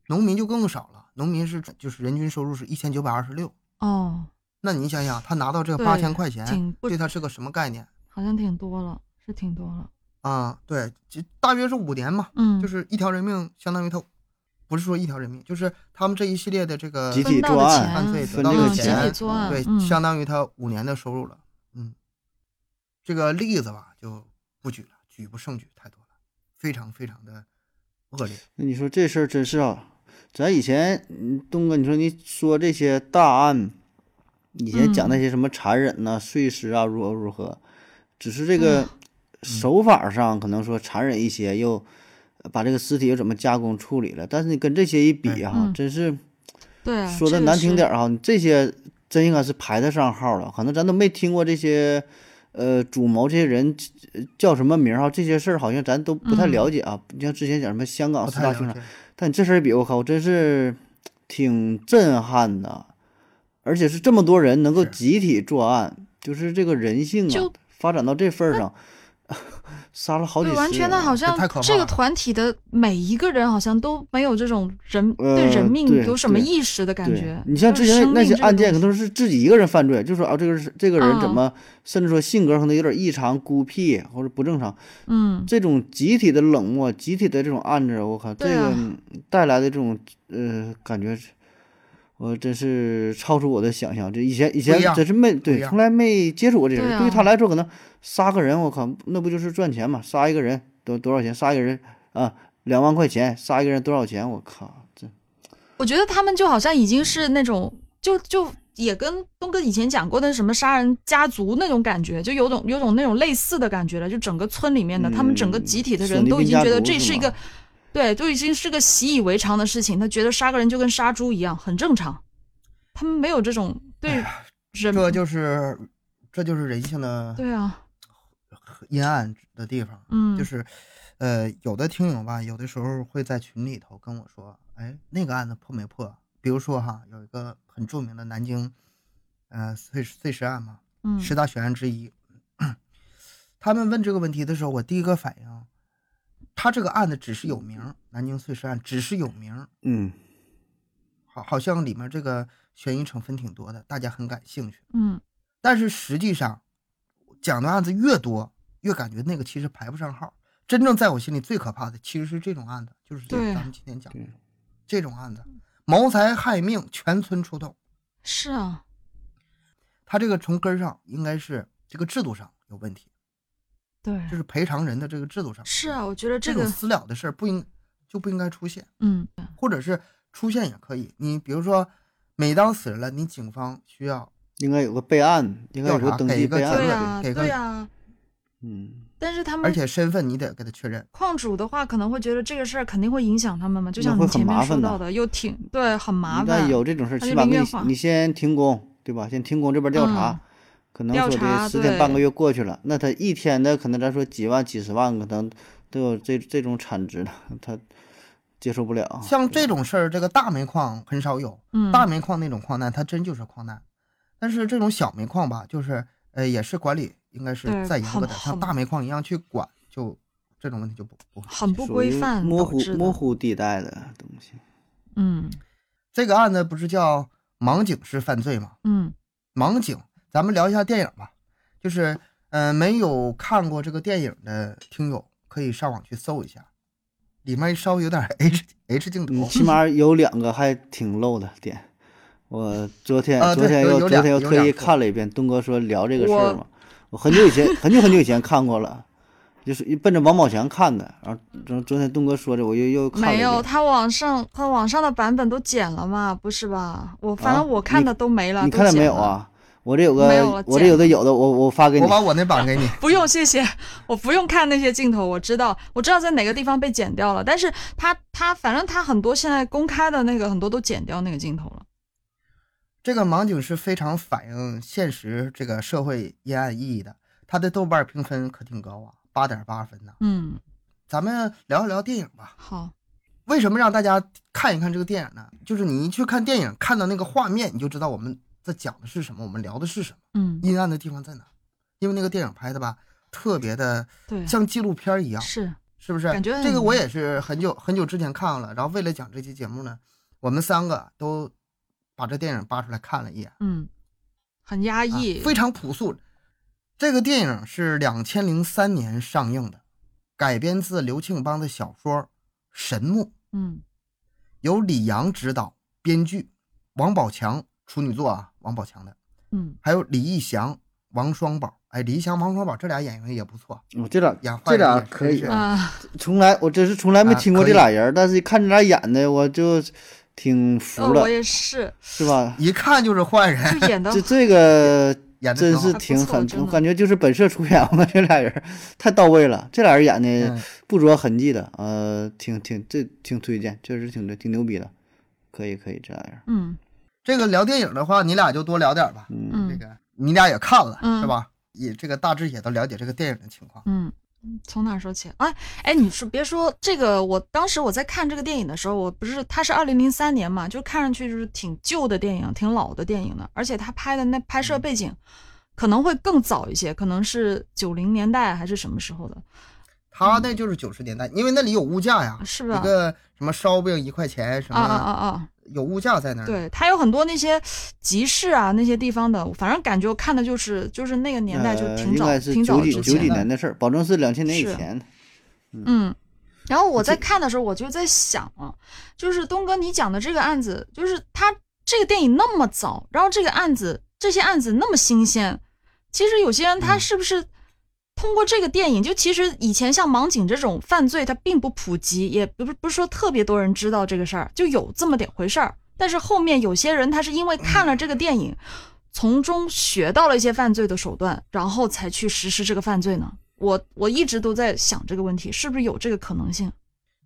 Speaker 1: 农民就更少了，农民是就是人均收入是一千九百二十六。
Speaker 2: 哦，
Speaker 1: 那你想想，他拿到这个
Speaker 2: 对
Speaker 1: 八千块钱，
Speaker 2: 挺不
Speaker 1: 对他是个什么概念
Speaker 2: 好像挺多了，是挺多了。
Speaker 1: 啊？对，就大约是五年嘛，
Speaker 2: 嗯，
Speaker 1: 就是一条人命相当于他，不是说一条人命，就是他们这一系列的这个
Speaker 3: 集
Speaker 2: 分
Speaker 3: 体
Speaker 2: 到的
Speaker 3: 作案
Speaker 2: 钱
Speaker 1: 犯罪
Speaker 3: 分
Speaker 1: 得
Speaker 3: 这
Speaker 1: 到
Speaker 3: 个
Speaker 1: 的
Speaker 2: 嗯
Speaker 1: 钱
Speaker 2: 集体作案，
Speaker 1: 对，
Speaker 2: 嗯
Speaker 1: 相当于他五年的收入了。嗯，这个例子吧就不举了，举不胜举，太多了，非常非常的恶劣。
Speaker 3: 那你说这事儿真是啊，咱以前，嗯，东哥，你说你说这些大案，以前讲那些什么残忍呐、碎尸啊，如何如何，只是这个手法上可能说残忍一些，又把这个尸体又怎么加工处理了，但是你跟这些一比哈、
Speaker 2: 嗯
Speaker 3: 真是
Speaker 2: 对啊，
Speaker 3: 说的
Speaker 2: 这个
Speaker 3: 难听
Speaker 2: 是
Speaker 3: 点儿哈、你这些真应该是排得上号了，可能咱都没听过这些。呃，主谋这些人呃叫什么名儿哈？这些事儿好像咱都不太了解啊。你、像之前讲什么香港
Speaker 1: 不
Speaker 3: 四
Speaker 1: 太
Speaker 3: 大
Speaker 1: 了
Speaker 3: 凶杀
Speaker 1: 解，
Speaker 3: 但你这事儿比我靠，真是挺震撼的，而且是这么多人能够
Speaker 1: 是
Speaker 3: 集体作案，就是这个人性啊
Speaker 2: 就，
Speaker 3: 发展到这份儿上，杀了好几
Speaker 2: 对，
Speaker 3: 十
Speaker 2: 完全的
Speaker 3: 人啊
Speaker 2: 好像
Speaker 1: 太可怕
Speaker 2: 这个
Speaker 1: 了
Speaker 2: 团体的每一个人好像都没有这种人对
Speaker 3: 呃
Speaker 2: 人命
Speaker 3: 对
Speaker 2: 有什么
Speaker 3: 对
Speaker 2: 意识的感
Speaker 3: 对
Speaker 2: 觉。
Speaker 3: 你像
Speaker 2: 就
Speaker 3: 之
Speaker 2: 是
Speaker 3: 前
Speaker 2: 生
Speaker 3: 那
Speaker 2: 命
Speaker 3: 些
Speaker 2: 这个
Speaker 3: 案件，可
Speaker 2: 东西
Speaker 3: 能是自己一个人犯罪，就说啊，这个人这个人怎
Speaker 2: 嗯
Speaker 3: 么，甚至说性格可能有点异常、孤僻或者不正常，
Speaker 2: 嗯，
Speaker 3: 这种集体的冷漠、集体的这种暗着，我靠，这
Speaker 2: 对
Speaker 3: 个
Speaker 2: 啊
Speaker 3: 带来的这种呃感觉是，我真是超出我的想象。这以前以前
Speaker 1: 不一样
Speaker 3: 真是没
Speaker 1: 不一
Speaker 3: 对，
Speaker 1: 样
Speaker 3: 从来没接触过这人。
Speaker 2: 对啊
Speaker 3: 对于他来说，可能杀个人，我靠，那不就是赚钱嘛？杀一个人多多少钱？杀一个人啊，两万块钱，杀一个人多少钱？我靠，这
Speaker 2: 我觉得他们就好像已经是那种，就就也跟东哥以前讲过的什么杀人家族那种感觉，就有种有种那种类似的感觉了。就整个村里面的、他们整个
Speaker 3: 嗯
Speaker 2: 集体的
Speaker 3: 索
Speaker 2: 人
Speaker 3: 尼
Speaker 2: 都已
Speaker 3: 宾
Speaker 2: 经
Speaker 3: 家
Speaker 2: 觉得
Speaker 3: 族
Speaker 2: 这
Speaker 3: 是
Speaker 2: 是一
Speaker 3: 吗
Speaker 2: 个，对，都已经是个习以为常的事情。他觉得杀个人就跟杀猪一样，很正常。他们没有这种对人，
Speaker 1: 这就是这就是人性的
Speaker 2: 对啊，
Speaker 1: 阴暗的地方。
Speaker 2: 嗯，
Speaker 1: 就是，呃，有的听友吧，有的时候会在群里头跟我说，哎，那个案子破没破？比如说哈，有一个很著名的南京，呃，碎碎尸案嘛，
Speaker 2: 嗯
Speaker 1: 十大悬案之一。 他们问这个问题的时候，我第一个反应，他这个案子只是有名儿，南京碎尸案只是有名儿，
Speaker 3: 嗯，
Speaker 1: 好，好像里面这个悬疑成分挺多的，大家很感兴趣。
Speaker 2: 嗯
Speaker 1: 但是实际上，讲的案子越多，越感觉那个其实排不上号。真正在我心里最可怕的，其实是这种案子，就是这
Speaker 2: 对
Speaker 1: 咱们今天讲的
Speaker 3: 对
Speaker 1: 这种案子，谋财害命，全村出动。
Speaker 2: 是啊，
Speaker 1: 他这个从根儿上应该是这个制度上有问题，
Speaker 2: 对，
Speaker 1: 就是赔偿人的这个制度上
Speaker 2: 是啊，我觉得
Speaker 1: 这
Speaker 2: 这
Speaker 1: 种
Speaker 2: 个，
Speaker 1: 私了的事儿不应就不应该出现，
Speaker 2: 嗯，
Speaker 1: 或者是出现也可以。你比如说，每当死人了，你警方需要
Speaker 3: 应该有个备案，应该有
Speaker 1: 调查
Speaker 3: 登
Speaker 1: 给
Speaker 3: 记
Speaker 1: 一个
Speaker 3: 备
Speaker 1: 结
Speaker 3: 案
Speaker 1: 论
Speaker 2: 对
Speaker 1: 给
Speaker 3: 吧，
Speaker 2: 啊，
Speaker 1: 给个
Speaker 2: 对啊，
Speaker 3: 嗯，
Speaker 2: 但是他们
Speaker 1: 而且身份你得给他确认。
Speaker 2: 矿主的话，可能会觉得这个事儿肯定会影响他们嘛，就
Speaker 3: 那
Speaker 2: 像
Speaker 3: 会
Speaker 2: 你
Speaker 3: 很
Speaker 2: 前
Speaker 3: 麻
Speaker 2: 面
Speaker 3: 烦
Speaker 2: 说
Speaker 3: 的
Speaker 2: 到的，又挺对，很麻
Speaker 3: 一
Speaker 2: 烦。
Speaker 3: 旦有这种事儿，
Speaker 2: 他
Speaker 3: 起
Speaker 2: 就
Speaker 3: 码
Speaker 2: 宁
Speaker 3: 给
Speaker 2: 愿
Speaker 3: 你
Speaker 2: 画
Speaker 3: 你先停工，对吧？先停工这边调查，
Speaker 2: 嗯
Speaker 3: 可能
Speaker 2: 调
Speaker 3: 说
Speaker 2: 查
Speaker 3: 这十天半
Speaker 2: 对
Speaker 3: 个月过去了，那他一天的可能咱说几万、几十万，可能都有这这种产值了，他接受不了。
Speaker 1: 像这种事儿，这个大煤矿很少有，
Speaker 2: 哦嗯，
Speaker 1: 大煤矿那种矿难，它真就是矿难。但是这种小煤矿吧，就是呃，也是管理应该是
Speaker 2: 对
Speaker 1: 再严格点，
Speaker 2: 很
Speaker 1: 像大煤矿一样去管，就这种问题就不不会。
Speaker 2: 很不
Speaker 3: 属
Speaker 2: 规
Speaker 3: 于
Speaker 2: 范
Speaker 3: 模
Speaker 2: 导
Speaker 3: 糊
Speaker 2: 致的，
Speaker 3: 模糊地带的东西。
Speaker 2: 嗯
Speaker 1: 这个案子不是叫盲井式犯罪吗？
Speaker 2: 嗯
Speaker 1: 盲井，咱们聊一下电影吧。就是，呃嗯、没有看过这个电影的听友可以上网去搜一下，里面稍微有点 H H 镜
Speaker 3: 嗯，
Speaker 1: 头，
Speaker 3: 起码有两个还挺漏的点。我昨天、
Speaker 1: 啊对
Speaker 3: 昨天
Speaker 1: 有
Speaker 3: 又
Speaker 1: 有
Speaker 3: 昨
Speaker 1: 两
Speaker 3: 天又
Speaker 1: 有
Speaker 3: 特
Speaker 1: 两
Speaker 3: 意
Speaker 1: 个
Speaker 3: 看了一遍，东哥说聊这个事
Speaker 2: 我
Speaker 3: 儿嘛，我很久以前很久很久以前看过了，就是奔着王宝强看的，然后昨昨天东哥说的，我又又看了一
Speaker 2: 没有，
Speaker 3: 遍。
Speaker 2: 他网上他网上的版本都剪了嘛，不是吧？我反
Speaker 3: 啊
Speaker 2: 正我看
Speaker 3: 你
Speaker 2: 的都没了，
Speaker 3: 你
Speaker 2: 都
Speaker 3: 看了
Speaker 2: 剪
Speaker 3: 没有啊？我这有
Speaker 2: 没有我
Speaker 3: 个，我这
Speaker 2: 剪
Speaker 3: 有的有的，我我发给你
Speaker 1: 我。把我那版给你。
Speaker 2: 不用，谢谢，我不用看那些镜头，我知道，我知道在哪个地方被剪掉了。但是他他反正他很多现在公开的那个很多都剪掉那个镜头了。
Speaker 1: 这个盲井是非常反映现实这个社会阴暗意义的，它的豆瓣评分可挺高啊，八点八分呢、
Speaker 2: 嗯，
Speaker 1: 咱们聊一聊电影吧。
Speaker 2: 好，
Speaker 1: 为什么让大家看一看这个电影呢？就是你一去看电影，看到那个画面，你就知道我们在讲的是什么，我们聊的是什么，
Speaker 2: 嗯，
Speaker 1: 阴暗的地方在哪。因为那个电影拍的吧，特别的
Speaker 2: 对，
Speaker 1: 像纪录片一样，
Speaker 2: 是，
Speaker 1: 是不是？
Speaker 2: 感觉很
Speaker 1: 这个我也是很久很久之前看了，然后为了讲这期节目呢，我们三个都把这电影扒出来看了一眼。
Speaker 2: 嗯，很压
Speaker 1: 啊
Speaker 2: 抑，
Speaker 1: 非常朴素。这个电影是两千零三年上映的，改编自刘庆邦的小说《神木》，
Speaker 2: 嗯
Speaker 1: 由李阳执导、编剧，王宝强处女作啊，王宝强的，
Speaker 2: 嗯，
Speaker 1: 还有李义祥、王双宝。哎，李义祥、王双宝这俩演员也不错，
Speaker 3: 我这俩
Speaker 1: 演坏
Speaker 3: 这
Speaker 1: 人
Speaker 3: 俩
Speaker 1: 也
Speaker 3: 可
Speaker 1: 真
Speaker 3: 以
Speaker 1: 是
Speaker 3: 啊，
Speaker 2: 啊，
Speaker 3: 从来我真是从来没
Speaker 1: 啊
Speaker 3: 听过
Speaker 1: 可
Speaker 3: 这
Speaker 1: 以
Speaker 3: 俩人，但是一看这俩演的，我就挺
Speaker 2: 呃，
Speaker 3: 服了
Speaker 2: 我，也是，
Speaker 3: 是吧？
Speaker 1: 一看就是坏人，
Speaker 2: 就 演的
Speaker 3: 这这个
Speaker 1: 演的
Speaker 3: 真是
Speaker 2: 还不
Speaker 3: 挺
Speaker 2: 错
Speaker 3: 狠，
Speaker 2: 真
Speaker 3: 我
Speaker 2: 的
Speaker 3: 感觉就是本色出演嘛， 这俩人太到位了，这俩人演的
Speaker 1: 嗯
Speaker 3: 不着痕迹的，呃，挺挺这挺推荐，确实挺挺牛逼的，可以可以，这俩人，
Speaker 2: 嗯
Speaker 1: 这个聊电影的话，你俩就多聊点吧。
Speaker 3: 嗯，
Speaker 1: 这
Speaker 2: 嗯
Speaker 1: 个你俩也看了、
Speaker 2: 嗯
Speaker 1: 是吧？也这个大致也都了解这个电影的情况。
Speaker 2: 嗯。从哪儿说起？哎哎，你说别说这个，我当时我在看这个电影的时候，我不是它是二零零三年嘛，就看上去就是挺旧的电影，挺老的电影了，而且它拍的那拍
Speaker 3: 嗯
Speaker 2: 摄背景可能会更早一些，可能是九零年代还是什么时候的，
Speaker 1: 他那就是九十年代，因为那里有物价呀，
Speaker 2: 是
Speaker 1: 一
Speaker 2: 吧？
Speaker 1: 个什么烧饼一块钱，什
Speaker 2: 啊啊啊
Speaker 1: 么
Speaker 2: 啊！
Speaker 1: 有物价
Speaker 3: 嗯
Speaker 1: 在那儿。，
Speaker 2: 对，它有很多那些集市啊，那些地方的，反正感觉我看的就是就是那个年代就
Speaker 3: 呃
Speaker 2: 挺
Speaker 3: 应
Speaker 2: 早、
Speaker 3: 该是
Speaker 2: 挺早
Speaker 3: 九几
Speaker 2: 之
Speaker 3: 九
Speaker 2: 前
Speaker 3: 几
Speaker 2: 的。
Speaker 3: 年的事儿，保证是两千年以
Speaker 2: 是
Speaker 3: 前的，
Speaker 2: 嗯，然后我在看的时候，我就在想啊，就是东哥你讲的这个案子，就是他这个电影那么早，然后这个案子这些案子那么新鲜，其实有些人他
Speaker 1: 嗯
Speaker 2: 是不是通过这个电影，就其实以前像盲井这种犯罪，它并不普及，也不是不是说特别多人知道这个事儿，就有这么点回事儿。但是后面有些人他是因为看了这个电影，从中学到了一些犯罪的手段，然后才去实施这个犯罪呢？我我一直都在想这个问题，是不是有这个可能性？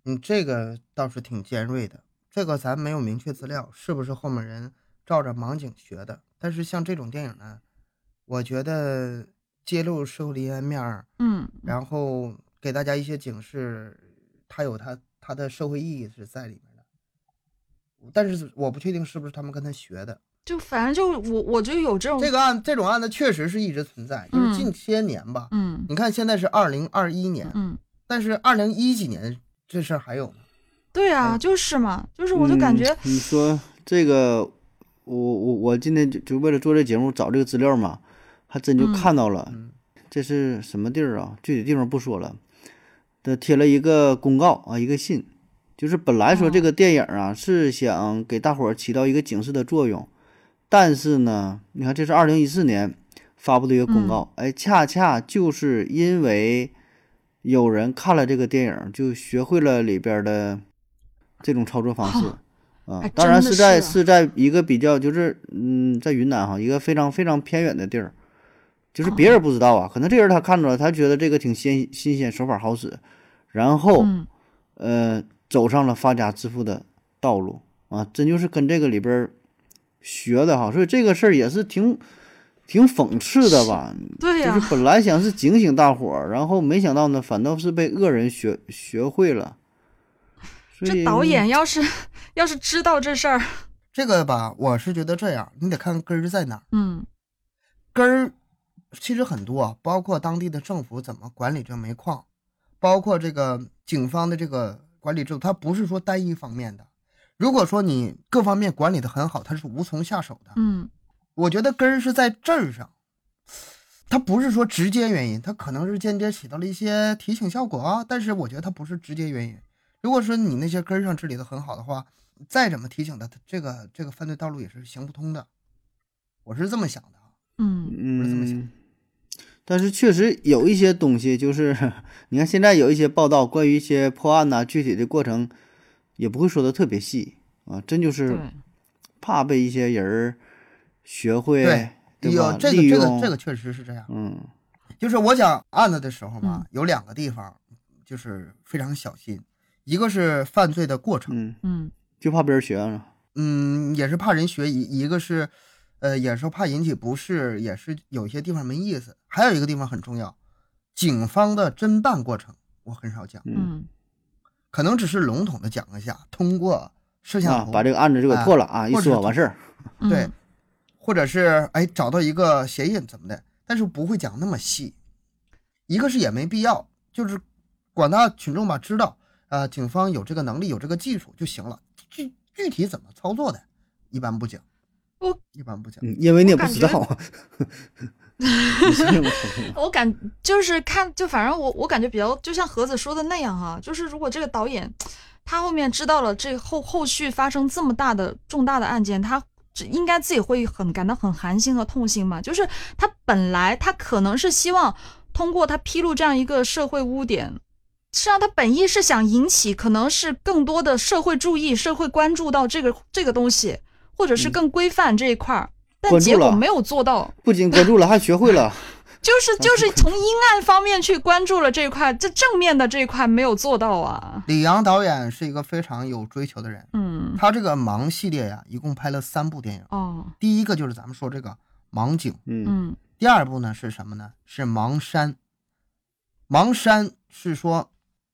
Speaker 1: 嗯，这个倒是挺尖锐的。这个咱没有明确资料，是不是后面人照着盲井学的？但是像这种电影呢，我觉得揭露社会的阴暗面儿，
Speaker 2: 嗯，
Speaker 1: 然后给大家一些警示，它有它它的社会意义是在里面的。但是我不确定是不是他们跟他学的。
Speaker 2: 就反正就我我就有这种
Speaker 1: 这个案这种案子确实是一直存在，就
Speaker 2: 嗯
Speaker 1: 是近些年吧。
Speaker 2: 嗯
Speaker 1: 你看现在是二零二一年，
Speaker 2: 嗯，
Speaker 1: 但是二零一几年这事儿还有呢。
Speaker 2: 对啊，
Speaker 1: 嗯
Speaker 2: 就是嘛，就是我就感觉
Speaker 3: 嗯、你说这个，我我我今天就就为了做这节目找这个资料嘛，还真就
Speaker 2: 嗯
Speaker 3: 看到了，
Speaker 1: 嗯
Speaker 3: 这是什么地儿啊？具体地方不说了，他贴了一个公告啊，一个信，就是本来说
Speaker 2: 哦
Speaker 3: 这个电影啊、是想给大伙儿起到一个警示的作用，但是呢，你看这是二零一四年发布的一个公告，
Speaker 2: 嗯
Speaker 3: 哎，恰恰就是因为有人看了这个电影，就学会了里边的这种操作方式。啊
Speaker 2: 还，
Speaker 3: 当然
Speaker 2: 真的
Speaker 3: 是在
Speaker 2: 是啊
Speaker 3: 是在一个比较就是嗯，在云南哈，一个非常非常偏远的地儿，就是别
Speaker 2: 哦
Speaker 3: 人不知道啊，可能这人他看着了，他觉得这个挺新新鲜，手法好使，然后、
Speaker 2: 嗯
Speaker 3: 呃走上了发家致富的道路啊，真就是跟这个里边儿学的哈，所以这个事儿也是挺挺讽刺的吧？
Speaker 2: 对啊呀、
Speaker 3: 就是本来想是警醒大伙儿，然后没想到呢，反倒是被恶人学学会了。所以
Speaker 2: 这导演要是要是知道这事儿，
Speaker 1: 这个吧，我是觉得这样，你得看根儿在哪儿。
Speaker 2: 嗯
Speaker 1: 根儿其实很多啊，包括当地的政府怎么管理这煤矿，包括这个警方的这个管理制度，它不是说单一方面的。如果说你各方面管理的很好，它是无从下手的。
Speaker 2: 嗯
Speaker 1: 我觉得根儿是在这儿上，它不是说直接原因，它可能是间接起到了一些提醒效果啊，但是我觉得它不是直接原因。如果说你那些根儿上治理的很好的话，再怎么提醒他，他这个这个犯罪道路也是行不通的。我是这么想的啊，
Speaker 2: 嗯
Speaker 1: 我是这么想
Speaker 3: 嗯，但是确实有一些东西，就是你看现在有一些报道，关于一些破案呐、具体的过程也不会说的特别细啊，真就是
Speaker 2: 对，
Speaker 3: 怕被一些人儿学会
Speaker 1: 对
Speaker 3: 吧
Speaker 1: 有？这个
Speaker 3: 利
Speaker 1: 这个
Speaker 3: 用
Speaker 1: 这个确实是这样。
Speaker 3: 嗯
Speaker 1: 就是我讲案子的时候吧
Speaker 2: 嗯，
Speaker 1: 有两个地方就是非常小心，一个是犯罪的过程，
Speaker 3: 嗯，
Speaker 2: 嗯
Speaker 3: 就怕别人学啊，
Speaker 1: 嗯，也是怕人学；一一个是，呃，也是怕引起不适，也是有些地方没意思。还有一个地方很重要，警方的侦办过程我很少讲，
Speaker 3: 嗯
Speaker 2: 嗯
Speaker 1: 可能只是笼统的讲一下，通过摄像
Speaker 3: 啊
Speaker 1: 头，
Speaker 3: 把这个案子就给
Speaker 1: 啊
Speaker 3: 破了啊，一
Speaker 1: 或者
Speaker 3: 说
Speaker 1: 是
Speaker 3: 完事儿，
Speaker 2: 嗯，
Speaker 1: 对，或者是哎找到一个鞋印怎么的，但是不会讲那么细。一个是也没必要，就是广大群众吧知道，啊，警方有这个能力有这个技术就行了。具具体怎么操作的，一般不讲，
Speaker 2: 我
Speaker 1: 一般不讲。
Speaker 3: 嗯因为你也
Speaker 2: 我
Speaker 3: 不
Speaker 2: 感
Speaker 3: 知
Speaker 2: 觉
Speaker 3: 道啊， 你信不信
Speaker 2: 我感就是看，就反正我我感觉比较，就像盒子说的那样哈、就是如果这个导演他后面知道了这后后续发生这么大的重大的案件，他只应该自己会很感到很寒心和痛心嘛。就是他本来他可能是希望通过他披露这样一个社会污点。实际上，他本意是想引起可能是更多的社会注意、社会关注到这个这个东西，或者是
Speaker 3: 嗯
Speaker 2: 更规范这一块儿，但
Speaker 3: 关注
Speaker 2: 结果
Speaker 3: 了
Speaker 2: 没有做到。
Speaker 3: 不仅关注了，还学会了，
Speaker 2: 就是就是从阴暗方面去关注了这一块，这正面的这一块没有做到啊。
Speaker 1: 李阳导演是一个非常有追求的人，
Speaker 2: 嗯，
Speaker 1: 他这个《盲》系列呀，一共拍了三部电影。
Speaker 2: 哦，
Speaker 1: 第一个就是咱们说这个《盲井》，
Speaker 3: 嗯
Speaker 2: 嗯
Speaker 1: 第二部呢是什么呢？是盲山。盲山是说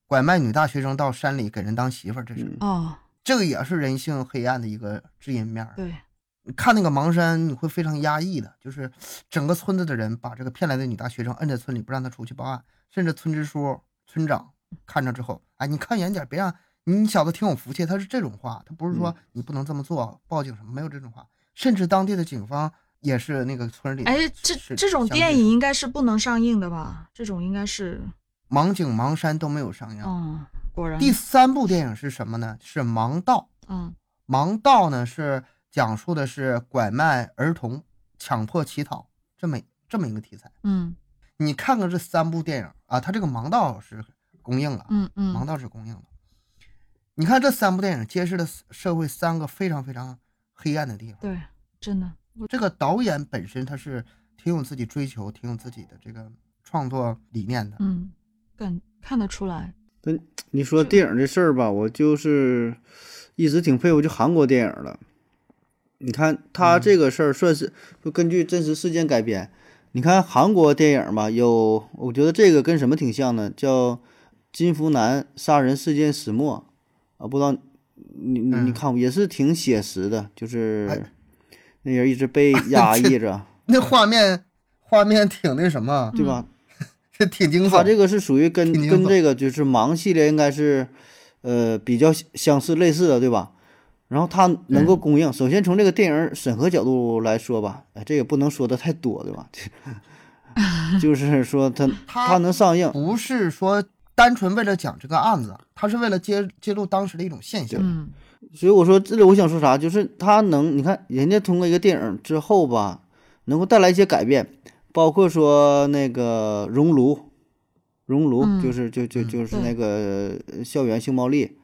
Speaker 1: 拐卖女大学生到山里给人当媳妇儿，这是、
Speaker 3: 嗯
Speaker 2: 哦，
Speaker 1: 这个也是人性黑暗的一个知音面儿。
Speaker 2: 对，
Speaker 1: 你看那个盲山，你会非常压抑的，就是整个村子的人把这个骗来的女大学生摁在村里，不让她出去报案，甚至村支书、村长看着之后，哎，你看远点儿，别让你小子挺有福气，他是这种话，他不是
Speaker 2: 嗯
Speaker 1: 说你不能这么做，报警什么没有这种话，甚至当地的警方也是那个村里的
Speaker 2: 哎
Speaker 1: 是，，
Speaker 2: 这
Speaker 1: 是
Speaker 2: 这种
Speaker 1: 相对
Speaker 2: 电影应该是不能上映的吧？这种应该是，
Speaker 1: 盲井、盲山都没有上映。
Speaker 2: 嗯，果然，
Speaker 1: 第三部电影是什么呢？是《盲道
Speaker 2: 嗯》。
Speaker 1: 《盲道》呢是讲述的是拐卖儿童、强迫乞讨这么这么一个题材。
Speaker 2: 嗯
Speaker 1: 你看看这三部电影啊，它这个《盲道》是公映了，
Speaker 2: 嗯
Speaker 1: 《盲
Speaker 2: 嗯，
Speaker 1: 道》是公映了。你看这三部电影揭示了社会三个非常非常黑暗的地方。
Speaker 2: 对，真的，
Speaker 1: 这个导演本身他是挺有自己追求、挺有自己的这个创作理念的。
Speaker 2: 嗯，感看得出来，
Speaker 3: 你说电影这事儿吧，我就是一直挺佩服就韩国电影了。你看他这个事儿算是就根据真实事件改编。你看韩国电影吧，有我觉得这个跟什么挺像呢？叫《金福南杀人事件始末》啊，不知道你你你
Speaker 1: 嗯
Speaker 3: 看过也是挺写实的，就是
Speaker 1: 哎
Speaker 3: 那人一直被压抑着，
Speaker 1: 那画面画面挺那什么，
Speaker 3: 对吧？
Speaker 1: 这挺惊
Speaker 3: 他
Speaker 1: 悚。
Speaker 3: 嗯这个是属于跟
Speaker 1: 挺精
Speaker 3: 跟
Speaker 1: 彩
Speaker 3: 这个就是盲系列应该是，呃，比较相相似类似的，对吧？然后它
Speaker 1: 嗯
Speaker 3: 能够供应，首先从这个电影审核角度来说吧，哎，这也不能说的太多，对吧？ 就是说它
Speaker 1: 它
Speaker 3: 它能上映，
Speaker 1: 不是说单纯为了讲这个案子，他是为了揭揭露当时的一种现象。
Speaker 2: 嗯
Speaker 3: 所以我说这里我想说啥，就是它能，你看人家通过一个电影之后吧，能够带来一些改变，包括说那个《熔炉》，《熔炉》
Speaker 2: 嗯
Speaker 3: 就是就就
Speaker 1: 嗯
Speaker 3: 就是
Speaker 2: 对
Speaker 3: 那个呃校园性暴力，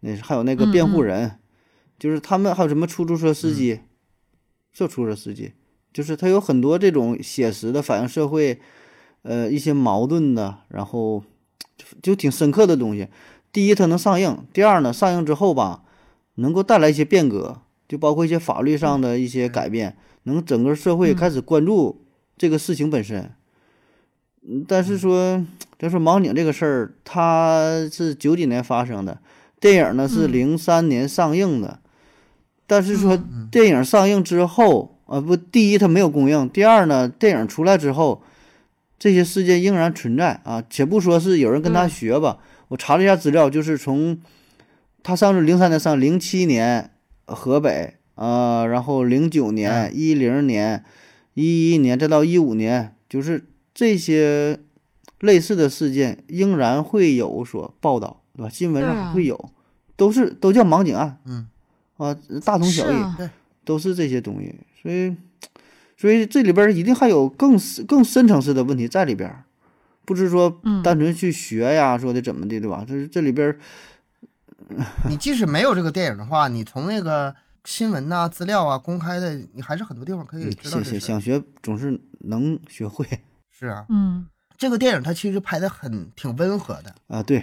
Speaker 3: 那还有那个辩护
Speaker 2: 嗯嗯嗯
Speaker 3: 人，就是他们还有什么出租车司机，是出租车司机，就是他有很多这种写实的反映社会，呃一些矛盾的，然后就就挺深刻的东西。第一，它能上映；第二呢，上映之后吧，能够带来一些变革，就包括一些法律上的一
Speaker 2: 嗯
Speaker 3: 些改变，能整个社会开始关注这个事情本身。嗯但是说，咱说盲井这个事儿，它是九几年发生的，电影呢是
Speaker 2: 嗯
Speaker 3: 零三年上映的，但是说
Speaker 2: 嗯
Speaker 3: 电影上映之后，啊不，第一它没有公映，第二呢，电影出来之后，这些事件仍然存在啊。且不说是有人跟他
Speaker 2: 对
Speaker 3: 学吧，我查了一下资料，就是从他上是零三年上，零七年河北啊、呃然后零九
Speaker 2: 嗯
Speaker 3: 年、一零年、一一年，再到一五年，就是这些类似的事件仍然会有所报道，对吧？新闻上
Speaker 2: 对啊
Speaker 3: 还会有，都是都叫盲井案
Speaker 1: 嗯，
Speaker 3: 啊，大同小
Speaker 2: 是
Speaker 3: 异，
Speaker 2: 啊
Speaker 1: 对，
Speaker 3: 都是这些东西。所以，所以这里边儿一定还有更深更深层次的问题在里边儿，不是说
Speaker 2: 嗯
Speaker 3: 单纯去学呀，说的怎么的，对吧？就是这里边儿
Speaker 1: 你即使没有这个电影的话，你从那个新闻呐、资料啊、公开的，你还是很多地方可以嗯知道这
Speaker 3: 想
Speaker 1: 事儿。
Speaker 3: 想想学总是能学会
Speaker 1: 是啊，
Speaker 2: 嗯
Speaker 1: 这个电影它其实拍的很挺温和的，
Speaker 3: 啊，对，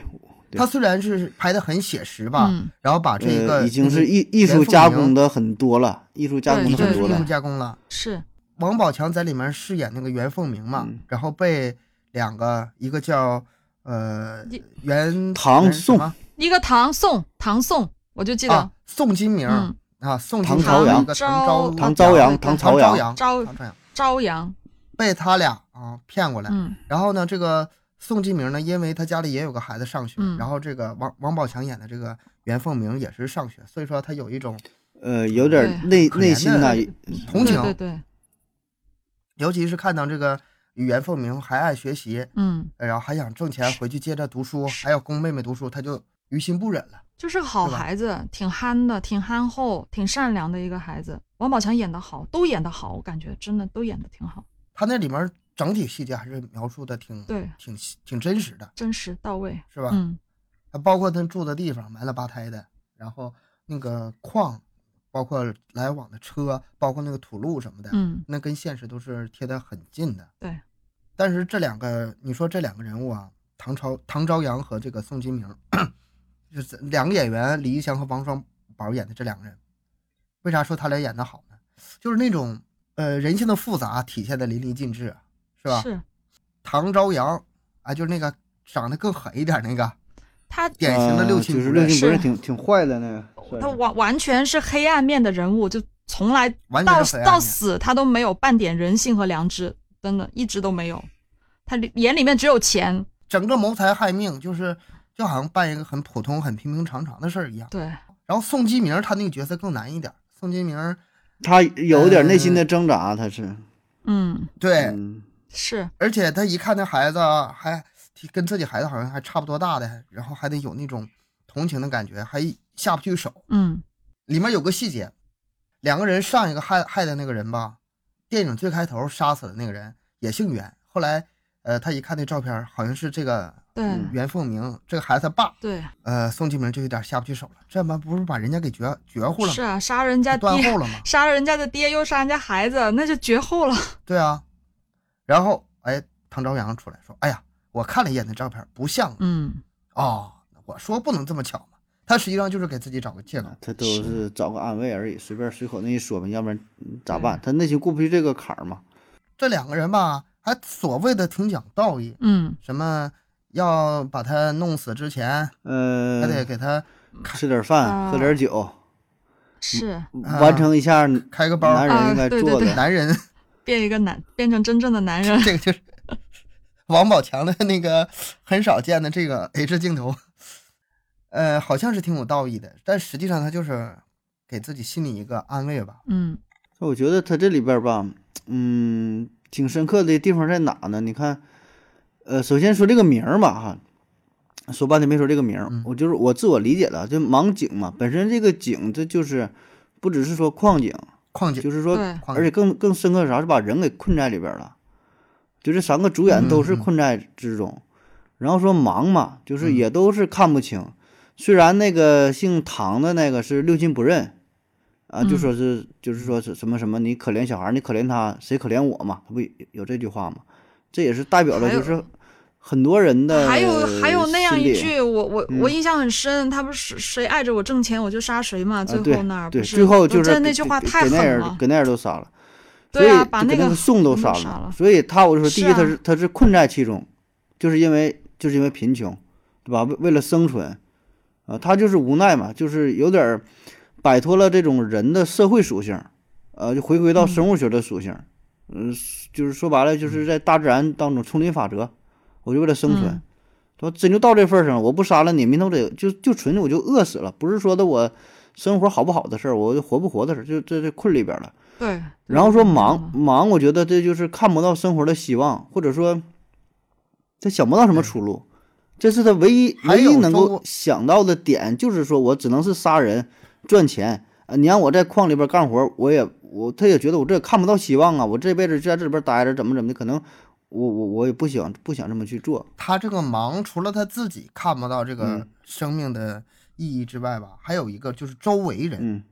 Speaker 3: 对
Speaker 1: 它虽然是拍的很写实吧，
Speaker 2: 嗯
Speaker 1: 然后把啊这个、嗯
Speaker 3: 呃、已经是
Speaker 1: 艺
Speaker 3: 艺艺
Speaker 1: 元
Speaker 3: 术
Speaker 1: 素
Speaker 3: 加
Speaker 1: 名
Speaker 3: 工的很多了，艺术加
Speaker 2: 对
Speaker 3: 工的很
Speaker 2: 对
Speaker 3: 多
Speaker 1: 艺
Speaker 3: 了
Speaker 1: 术。加工了。
Speaker 2: 是，
Speaker 1: 王宝强在里面饰演那个袁凤鸣嘛，
Speaker 3: 嗯
Speaker 1: 然后被两个一个叫呃
Speaker 2: 一
Speaker 1: 袁
Speaker 3: 唐
Speaker 1: 袁什
Speaker 3: 宋
Speaker 1: 么
Speaker 2: 一个唐宋唐宋，我就记得、
Speaker 1: 啊宋金明、
Speaker 2: 嗯
Speaker 1: 啊宋
Speaker 3: 唐
Speaker 1: 金明
Speaker 3: 朝阳
Speaker 1: 一个唐昭
Speaker 3: 唐朝阳
Speaker 1: 唐
Speaker 3: 唐
Speaker 1: 朝
Speaker 3: 朝
Speaker 1: 阳
Speaker 3: 阳
Speaker 2: 朝
Speaker 1: 唐朝阳
Speaker 2: 朝阳，
Speaker 1: 被他俩啊骗过来，
Speaker 2: 嗯
Speaker 1: 然后呢这个。宋金明呢，因为他家里也有个孩子上学，
Speaker 2: 嗯
Speaker 1: 然后这个王王宝强演的这个袁凤鸣也是上学，所以说他有一种
Speaker 3: 呃，有点儿
Speaker 2: 对
Speaker 3: 内
Speaker 1: 可
Speaker 3: 内
Speaker 1: 怜
Speaker 3: 心
Speaker 1: 的
Speaker 3: 呐、
Speaker 1: 同情
Speaker 2: 对对对，
Speaker 1: 尤其是看到这个袁凤鸣还爱学习，
Speaker 2: 嗯，
Speaker 1: 呃然后还想挣钱回去接着读书，还要供妹妹读书，他就于心不忍了。
Speaker 2: 就是个好
Speaker 1: 对吧
Speaker 2: 孩子，挺憨的，挺憨厚，挺善良的一个孩子。王宝强演的好，都演的好，我感觉真的都演的挺好，
Speaker 1: 他那里面整体细节还是描述的挺
Speaker 2: 对，
Speaker 1: 挺细挺真实的，
Speaker 2: 真实到位。
Speaker 1: 是吧？
Speaker 2: 嗯，
Speaker 1: 他包括他住的地方，埋了吧胎的，然后那个矿，包括来往的车，包括那个土路什么的，
Speaker 2: 嗯，
Speaker 1: 那跟现实都是贴得很近的。
Speaker 2: 对。
Speaker 1: 但是这两个，你说这两个人物啊，唐朝唐朝阳和这个宋金明， 就是两个演员李易祥和王双宝演的这两个人，为啥说他俩演的好呢？就是那种呃人性的复杂体现的淋漓尽致啊，是吧？
Speaker 2: 是
Speaker 1: 唐朝阳啊，就是那个长得更狠一点那个，
Speaker 2: 他，
Speaker 1: 典型的六亲
Speaker 3: 呃就是
Speaker 1: 不
Speaker 3: 六
Speaker 1: 认
Speaker 3: 亲不认，
Speaker 2: 是
Speaker 3: 挺挺坏的那个。
Speaker 2: 他
Speaker 3: 算是
Speaker 2: 完完全是黑暗面的人物，就从来
Speaker 1: 完全
Speaker 2: 到
Speaker 1: 是黑暗
Speaker 2: 到
Speaker 1: 面
Speaker 2: 死他都没有半点人性和良知，真的一直都没有。他里眼里面只有钱，
Speaker 1: 整个谋财害命，就是就好像办一个很普通、很平平常常的事儿一样。
Speaker 2: 对，
Speaker 1: 然后宋金明他那个角色更难一点，宋金明
Speaker 3: 他有点内心的挣扎，他是。
Speaker 2: 嗯，
Speaker 1: 对，
Speaker 3: 嗯，
Speaker 2: 是
Speaker 1: 而且他一看那孩子啊还跟自己孩子好像还差不多大的，然后还得有那种同情的感觉，还下不去手。
Speaker 2: 嗯
Speaker 1: 里面有个细节，两个人上一个害害的那个人吧，电影最开头杀死的那个人也姓袁，后来呃他一看那照片，好像是这个
Speaker 2: 对、
Speaker 3: 嗯
Speaker 1: 袁凤鸣这个孩子他爸。
Speaker 2: 对，
Speaker 1: 呃，宋庆明就有点下不去手了，这不不是把人家给绝绝户了
Speaker 2: 是
Speaker 1: 吗？
Speaker 2: 啊，杀人家
Speaker 1: 给断
Speaker 2: 爹，
Speaker 1: 后了吗？
Speaker 2: 杀人家的爹，又杀人家孩子，那就绝后了。
Speaker 1: 对啊，然后哎，唐朝阳出来说：“哎呀，我看了一眼那照片，不像啊、
Speaker 2: 嗯，
Speaker 1: 哦。”我说不能这么巧嘛，他实际上就是给自己找个借口。
Speaker 3: 他都是找个安慰而已，随便随口那一说嘛，要不然嗯咋办？他内心过不去这个坎儿嘛。
Speaker 1: 这两个人吧，还所谓的挺讲道义，
Speaker 2: 嗯，
Speaker 1: 什么要把他弄死之前，还得
Speaker 3: 呃，
Speaker 1: 给他
Speaker 3: 吃点饭，
Speaker 2: 啊
Speaker 3: 喝点酒，
Speaker 2: 是
Speaker 3: 完成一下
Speaker 1: 开个包。
Speaker 3: 男人应该做
Speaker 2: 啊对对
Speaker 3: 的。
Speaker 1: 男人，。
Speaker 2: 变一个男，变成真正的男人
Speaker 3: 嗯
Speaker 1: 这个就是王宝强的那个很少见的这个 H 镜头，呃，好像是挺有道义的，但实际上他就是给自己心里一个安慰吧。
Speaker 2: 嗯
Speaker 3: 我觉得他这里边儿吧，嗯，挺深刻的地方在哪呢？你看，呃，首先说这个名儿吧，哈，说半天没说这个名儿，
Speaker 1: 嗯
Speaker 3: 我就是我自我理解的，就盲井嘛，本身这个井这就是不只是说矿井，
Speaker 1: 矿井
Speaker 3: 就是说
Speaker 2: 对，
Speaker 1: 矿
Speaker 3: 而且更更深刻是啥？是把人给困在里边了，就这三个主演都是
Speaker 1: 嗯嗯
Speaker 3: 困在之中。然后说盲嘛，就是
Speaker 1: 嗯
Speaker 3: 也都是看不清。虽然那个姓唐的那个是六亲不认，啊，就
Speaker 2: 嗯
Speaker 3: 说是、就是说是什么什么，你可怜小孩儿，你可怜他，谁可怜我嘛？他不有有这句话嘛？这也是代表了
Speaker 2: 还有
Speaker 3: 就是很多人的
Speaker 2: 还有还有那样
Speaker 3: 心
Speaker 2: 一
Speaker 3: 理
Speaker 2: 句，我我、我
Speaker 3: 嗯
Speaker 2: 印象很深，他不是谁爱着我挣钱我就杀谁嘛，最
Speaker 3: 啊，对
Speaker 2: 后那儿不
Speaker 3: 对，
Speaker 2: 是，
Speaker 3: 最后就
Speaker 2: 我
Speaker 3: 是
Speaker 2: 真的
Speaker 3: 给
Speaker 2: 那句话
Speaker 3: 给
Speaker 2: 太
Speaker 3: 给那
Speaker 2: 狠
Speaker 3: 人
Speaker 2: 了。
Speaker 3: 给那人都杀了。所以
Speaker 2: 对啊，
Speaker 3: 就
Speaker 2: 把
Speaker 3: 给
Speaker 2: 那
Speaker 3: 那
Speaker 2: 个
Speaker 3: 宋都
Speaker 2: 人
Speaker 3: 杀
Speaker 2: 都杀了
Speaker 3: 所以他我就说，第一
Speaker 2: 是啊
Speaker 3: 他是他是困在其中，就是因为就是因为贫穷，对吧？为为了生存，啊，他就是无奈嘛，就是有点儿摆脱了这种人的社会属性，呃，就回归到生物学的属性，嗯、就是说白了，就是在大自然当中丛林法则，我就为了生存。
Speaker 2: 嗯
Speaker 3: 说真就到这份儿上了，我不杀了你，明头得就就纯我就饿死了，不是说的我生活好不好的事儿，我活不活的事儿，就这这困里边了。
Speaker 2: 对，
Speaker 3: 然后说忙
Speaker 2: 嗯
Speaker 3: 忙，我觉得这就是看不到生活的希望，或者说他想不到什么出路，这是他唯一
Speaker 1: 还
Speaker 3: 唯
Speaker 1: 有
Speaker 3: 一能
Speaker 1: 中
Speaker 3: 够
Speaker 1: 国
Speaker 3: 想到的点，就是说我只能是杀人赚钱啊！你让我在矿里边干活，我也我他也觉得我这也看不到希望啊！我这辈子就在这里边待着，怎么怎么的，可能我我我也不想不想这么去做。
Speaker 1: 他这个忙，除了他自己看不到这个
Speaker 3: 嗯
Speaker 1: 生命的意义之外吧，还有一个就是周围人，
Speaker 3: 嗯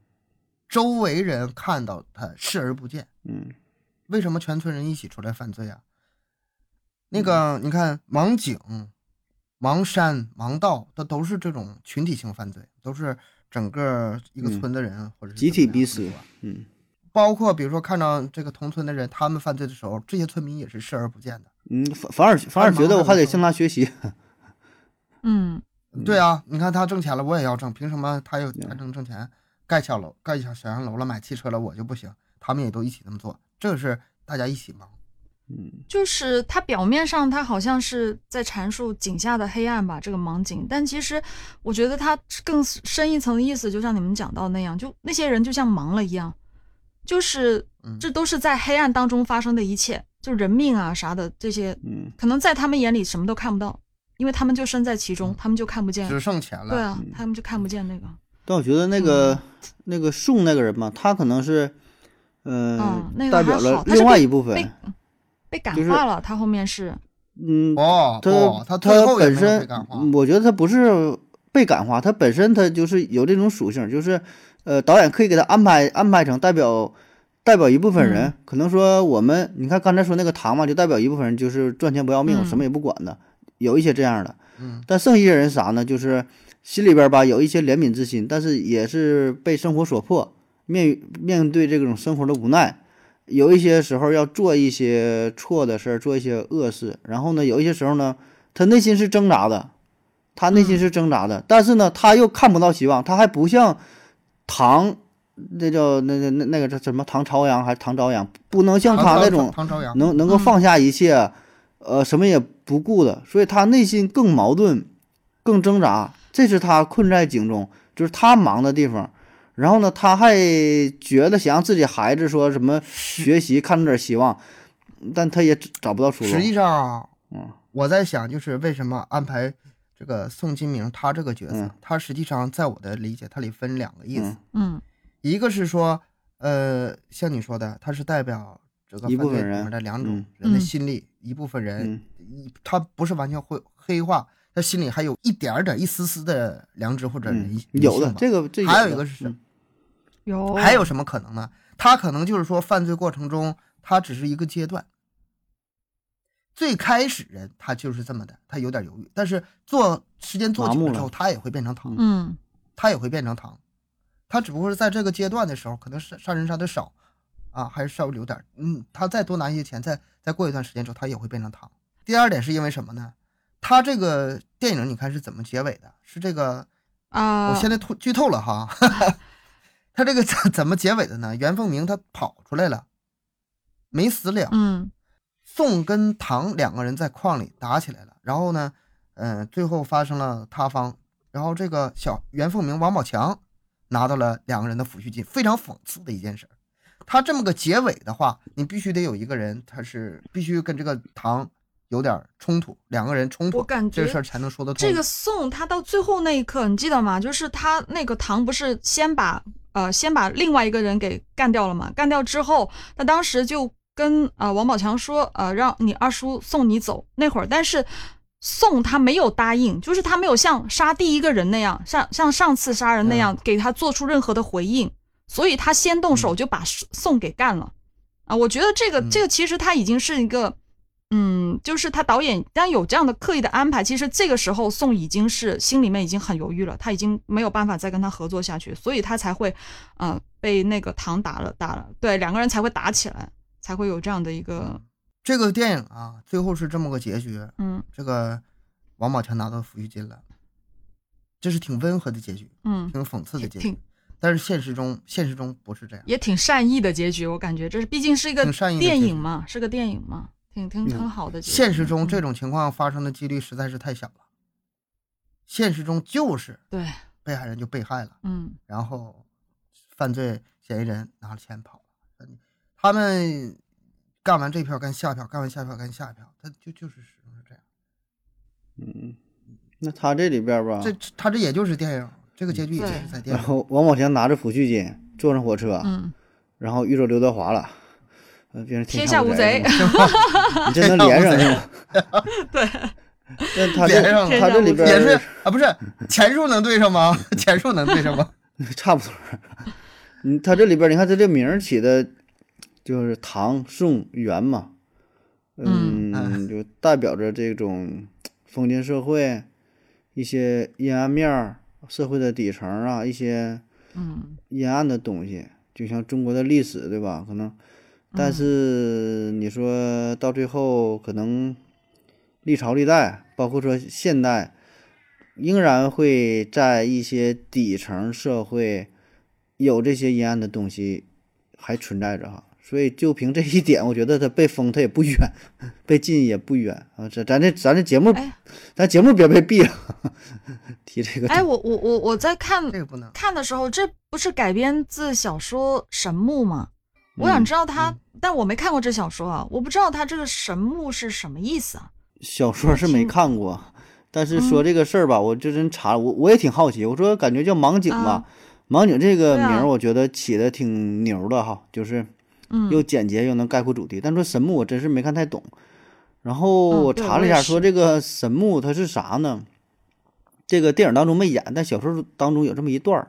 Speaker 1: 周围人看到他视而不见。
Speaker 3: 嗯
Speaker 1: 为什么全村人一起出来犯罪啊？
Speaker 3: 嗯
Speaker 1: 那个你看，盲井、盲山、盲道，它都是这种群体性犯罪，都是整个一个
Speaker 3: 嗯
Speaker 1: 村的人、或者是
Speaker 3: 集体
Speaker 1: 怎么样
Speaker 3: 逼死
Speaker 1: 你说
Speaker 3: 嗯
Speaker 1: 包括比如说看到这个同村的人，他们犯罪的时候，这些村民也是视而不见的。
Speaker 3: 嗯，反反而反而觉得我还得向他学习。
Speaker 2: 嗯
Speaker 1: 对啊，你看他挣钱了，我也要挣，凭什么他有他能挣钱？盖小楼、盖小小洋楼了，买汽车了，我就不行？他们也都一起这么做，这是大家一起忙。
Speaker 3: 嗯
Speaker 2: 就是它表面上它好像是在阐述井下的黑暗吧，这个盲井，但其实我觉得它更深一层的意思，就像你们讲到那样，就那些人就像盲了一样，就是
Speaker 1: 嗯
Speaker 2: 这都是在黑暗当中发生的一切，就人命啊啥的这些，
Speaker 3: 嗯
Speaker 2: 可能在他们眼里什么都看不到，因为他们就身在其
Speaker 1: 嗯
Speaker 2: 中，他们就看不见，
Speaker 1: 只剩钱了，嗯
Speaker 2: 对啊，他们就看不见那个，
Speaker 3: 但我觉得那个、
Speaker 2: 嗯
Speaker 3: 那个宋那个人嘛，他可能是，嗯、
Speaker 2: 嗯那个
Speaker 3: 代表
Speaker 2: 还
Speaker 3: 了
Speaker 2: 好他是
Speaker 3: 另外
Speaker 2: 被
Speaker 3: 一部分。
Speaker 2: 被被感
Speaker 3: 就是
Speaker 2: 化了，他后面是，
Speaker 3: 嗯，
Speaker 1: 哦，
Speaker 3: 他、
Speaker 1: 哦他最
Speaker 3: 他
Speaker 1: 后也
Speaker 3: 本
Speaker 1: 没有被
Speaker 3: 身嗯
Speaker 1: 感化，
Speaker 3: 我觉得他不是被感化，他本身他就是有这种属性，就是呃，导演可以给他安排安排成代表代表一部分人，
Speaker 2: 嗯
Speaker 3: 可能说我们你看刚才说那个唐嘛，就代表一部分人，就是赚钱不要命，我
Speaker 2: 嗯
Speaker 3: 什么也不管的，有一些这样的，
Speaker 1: 嗯，
Speaker 3: 但剩下一些人啥呢？就是心里边吧有一些怜悯之心，但是也是被生活所迫，面于面对这种生活的无奈，有一些时候要做一些错的事儿，做一些恶事。然后呢，有一些时候呢，他内心是挣扎的，他内心是挣扎
Speaker 1: 嗯
Speaker 3: 的，但是呢，他又看不到希望，他还不像唐。那叫那那那那个叫什么唐朝阳还是唐朝阳，不能像
Speaker 1: 唐
Speaker 3: 他
Speaker 1: 朝
Speaker 3: 那种
Speaker 1: 唐朝阳，
Speaker 3: 能能够
Speaker 2: 嗯
Speaker 3: 放下一切，呃，什么也不顾的，所以他内心更矛盾，更挣扎，这是他困在井中，就是他忙的地方。然后呢，他还觉得想让自己孩子说什么学习看出点希望，但他也只找不到出路
Speaker 1: 实。际上啊
Speaker 3: 嗯，
Speaker 1: 我在想，就是为什么安排这个宋金明他这个角色，
Speaker 3: 嗯
Speaker 1: 他实际上在我的理解，它里分两个意思，
Speaker 3: 嗯
Speaker 2: 嗯
Speaker 1: 一个是说，呃，像你说的，它是代表这个
Speaker 3: 一
Speaker 1: 犯
Speaker 3: 部
Speaker 1: 罪
Speaker 3: 分
Speaker 1: 里面
Speaker 3: 人
Speaker 1: 的两种
Speaker 3: 嗯
Speaker 1: 人的
Speaker 2: 嗯
Speaker 1: 心理，一部分人
Speaker 3: 嗯，
Speaker 1: 一他不是完全灰黑化，他心里还有一点儿点儿一丝丝的良知或者人、
Speaker 3: 嗯，
Speaker 1: 人
Speaker 3: 有
Speaker 1: 性
Speaker 3: 的
Speaker 1: 吧
Speaker 3: 这个这
Speaker 1: 还有
Speaker 3: 的
Speaker 1: 一个是什么
Speaker 3: 嗯
Speaker 2: 有
Speaker 1: 还有什么可能呢？他可能就是说，犯罪过程中，他只是一个阶段。最开始人他就是这么的，他有点犹豫，但是做时间做
Speaker 3: 麻
Speaker 1: 久
Speaker 3: 木
Speaker 1: 了之后，
Speaker 3: 了
Speaker 1: 他也会变成糖，
Speaker 2: 嗯
Speaker 1: 他也会变成糖。他只不过是在这个阶段的时候，可能杀杀人杀的少啊，还是稍微留点儿。嗯，他再多拿一些钱，再再过一段时间之后，他也会变成糖。第二点是因为什么呢？他这个电影你看是怎么结尾的？是这个
Speaker 2: 啊，
Speaker 1: 我现在透剧透了哈， 他这个怎怎么结尾的呢？袁凤鸣他跑出来了，没死了。
Speaker 2: 嗯
Speaker 1: 宋跟唐两个人在矿里打起来了，然后呢，嗯、最后发生了塌方，然后这个小袁凤鸣王宝强拿到了两个人的抚恤金，非常讽刺的一件事儿。他这么个结尾的话，你必须得有一个人，他是必须跟这个唐有点儿冲突，两个人冲突，
Speaker 2: 我感
Speaker 1: 这
Speaker 2: 觉
Speaker 1: 事儿才能说得通。
Speaker 2: 这个宋他到最后那一刻，你记得吗？就是他那个唐不是先把呃先把另外一个人给干掉了嘛？干掉之后，他当时就跟呃王宝强说，呃让你二叔送你走那会儿，但是宋他没有答应，就是他没有像杀第一个人那样，像像上次杀人那样、给他做出任何的回应，所以他先动手就把宋给干了。啊，我觉得这个
Speaker 1: 嗯
Speaker 2: 这个其实他已经是一个，嗯，就是他导演当然有这样的刻意的安排，其实这个时候宋已经是心里面已经很犹豫了，他已经没有办法再跟他合作下去，所以他才会，呃，被那个唐打了打了，对，两个人才会打起来，才会有这样的一个，
Speaker 1: 这个电影啊，最后是这么个结局，
Speaker 2: 嗯
Speaker 1: 这个王宝强拿到抚恤金了，这是挺温和的结局，
Speaker 2: 嗯，
Speaker 1: 挺讽刺的结局
Speaker 2: 挺。
Speaker 1: 但是现实中，现实中不是这样。
Speaker 2: 也挺善意的结局，我感觉这是毕竟是一个
Speaker 1: 挺善意的
Speaker 2: 电
Speaker 1: 结
Speaker 2: 影
Speaker 1: 局
Speaker 2: 嘛，是个电影嘛，挺挺
Speaker 3: 嗯
Speaker 2: 很好的结局。
Speaker 1: 现实中这
Speaker 2: 嗯
Speaker 1: 种情况发生的几率实在是太小了。现实中就是
Speaker 2: 对，
Speaker 1: 被害人就被害了，
Speaker 2: 嗯
Speaker 1: 然后犯罪嫌疑人拿了钱跑了。他们干完这票干下票，干完下票干下票，他就就是始终是这样。
Speaker 3: 嗯那他这里边吧，
Speaker 1: 这他这也就是电影，这个结局也就是在电
Speaker 3: 啊然
Speaker 1: 影。
Speaker 3: 后王宝强拿着抚恤金坐上火车，
Speaker 2: 嗯，
Speaker 3: 然后遇着刘德华了，呃，变成
Speaker 2: 天
Speaker 3: 下
Speaker 2: 下无贼
Speaker 3: 了 你这能连上去吗？
Speaker 2: 对，
Speaker 3: 但他这
Speaker 1: 连上
Speaker 2: 了
Speaker 3: 他这里边
Speaker 1: 也是
Speaker 3: 儿
Speaker 1: 啊，不是钱数能对上吗？ 钱数能对上吗？
Speaker 3: 差不多儿。 嗯，他这里边儿你看他这名儿起的，就是唐宋元嘛，
Speaker 2: 嗯
Speaker 3: 嗯，就代表着这种封建社会一些阴暗面儿、社会的底层啊，一些
Speaker 2: 嗯，
Speaker 3: 阴暗的东西，就像中国的历史，对吧？可能，但
Speaker 2: 嗯
Speaker 3: 是你说到最后，可能历朝历代，包括说现代，仍然会在一些底层社会有这些阴暗的东西还存在着哈。所以就凭这一点，我觉得他被封他也不冤， 被禁也不冤啊。这咱这咱这节目，
Speaker 2: 哎
Speaker 3: 咱节目别被毙了。 提这个东西，
Speaker 2: 哎，我我我我在看
Speaker 1: 这个不能。
Speaker 2: 看的时候，这不是改编自小说《神木》吗？我想
Speaker 3: 嗯
Speaker 2: 知道他，但我没看过这小说啊，我不知道他这个神木是什么意思啊。
Speaker 3: 小说是没看过，但
Speaker 2: 嗯
Speaker 3: 是说这个事儿吧，我就真查了，我我也挺好奇，我说感觉叫盲井吧，
Speaker 2: 啊
Speaker 3: 盲井这个
Speaker 2: 对
Speaker 3: 名
Speaker 2: 啊
Speaker 3: 儿我觉得起的挺牛的哈，就是
Speaker 2: 嗯，
Speaker 3: 又简洁又能概括主题。但说神木我真是没看太懂，然后
Speaker 2: 嗯
Speaker 3: 我
Speaker 2: 对
Speaker 3: 查
Speaker 2: 我
Speaker 3: 了一
Speaker 2: 也
Speaker 3: 下，
Speaker 2: 是
Speaker 3: 说这个神木它是啥呢？这个电影当中没演，但小说当中有这么一段儿，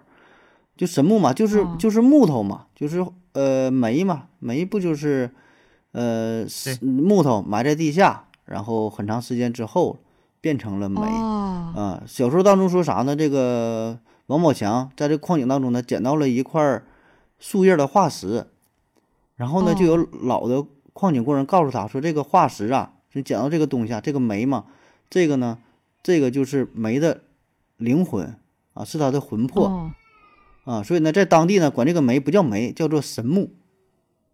Speaker 3: 就神木嘛，就是、
Speaker 2: 哦
Speaker 3: 就是木头嘛，就是呃煤嘛，煤不就是呃是木头埋在地下，然后很长时间之后变成了煤啊、
Speaker 2: 哦，
Speaker 3: 小说当中说啥呢？这个王宝强在这矿井当中呢，捡到了一块儿树叶的化石，然后呢，
Speaker 2: 哦
Speaker 3: 就有老的矿井工人告诉他说，这个化石啊，就捡到这个东西啊，这个煤嘛，这个呢，这个就是煤的灵魂啊，是它的魂魄。
Speaker 2: 哦
Speaker 3: 啊，所以呢，在当地呢，管这个煤不叫煤，叫做神木，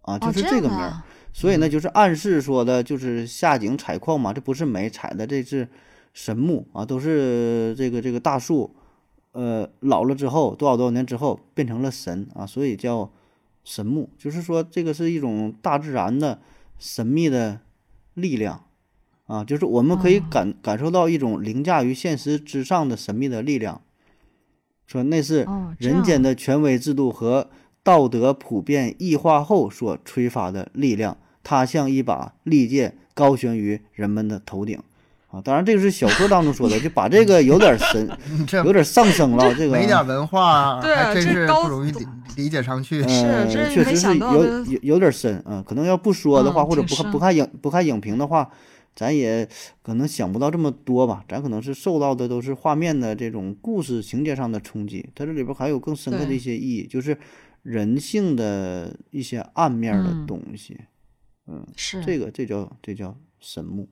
Speaker 3: 啊，就
Speaker 2: 哦
Speaker 3: 是
Speaker 2: 这
Speaker 3: 这个
Speaker 2: 样
Speaker 3: 名儿。
Speaker 2: 啊
Speaker 3: 所以呢，就是暗示说的，就是下井采矿嘛，这不是煤采的，这是神木啊，都是这个这个大树，呃，老了之后多少多少年之后变成了神啊，所以叫神木，就是说这个是一种大自然的神秘的力量啊，就是我们可以感、感受到一种凌驾于现实之上的神秘的力量，说那是
Speaker 2: 哦这
Speaker 3: 人间
Speaker 2: 样
Speaker 3: 的权威制度和道德普遍异化后所催发的力量，它像一把利剑高悬于人们的头顶。啊，当然这个是小说当中说的，就把这个有点 神，
Speaker 1: 你嗯这
Speaker 3: 有点啊上升了。这个
Speaker 1: 没点文化，啊
Speaker 2: 对啊
Speaker 1: 还真
Speaker 2: 这
Speaker 1: 是
Speaker 2: 高
Speaker 1: 不容易理理解上 去。
Speaker 3: 呃，
Speaker 2: 这
Speaker 3: 确
Speaker 2: 没
Speaker 3: 实
Speaker 2: 想
Speaker 3: 是
Speaker 2: 到
Speaker 3: 有
Speaker 2: 的
Speaker 3: 有有点深啊、可能要不说的话，
Speaker 2: 嗯
Speaker 3: 或者
Speaker 2: 挺
Speaker 3: 不看
Speaker 2: 深
Speaker 3: 不看影不看影评的话，咱也可能想不到这么多吧。咱可能是受到的都是画面的这种故事情节上的冲击，它这里边还有更深刻的
Speaker 2: 对
Speaker 3: 一些意义，就是人性的一些暗面儿的
Speaker 2: 嗯
Speaker 3: 东西。嗯，
Speaker 2: 是
Speaker 3: 这个这叫这叫神木。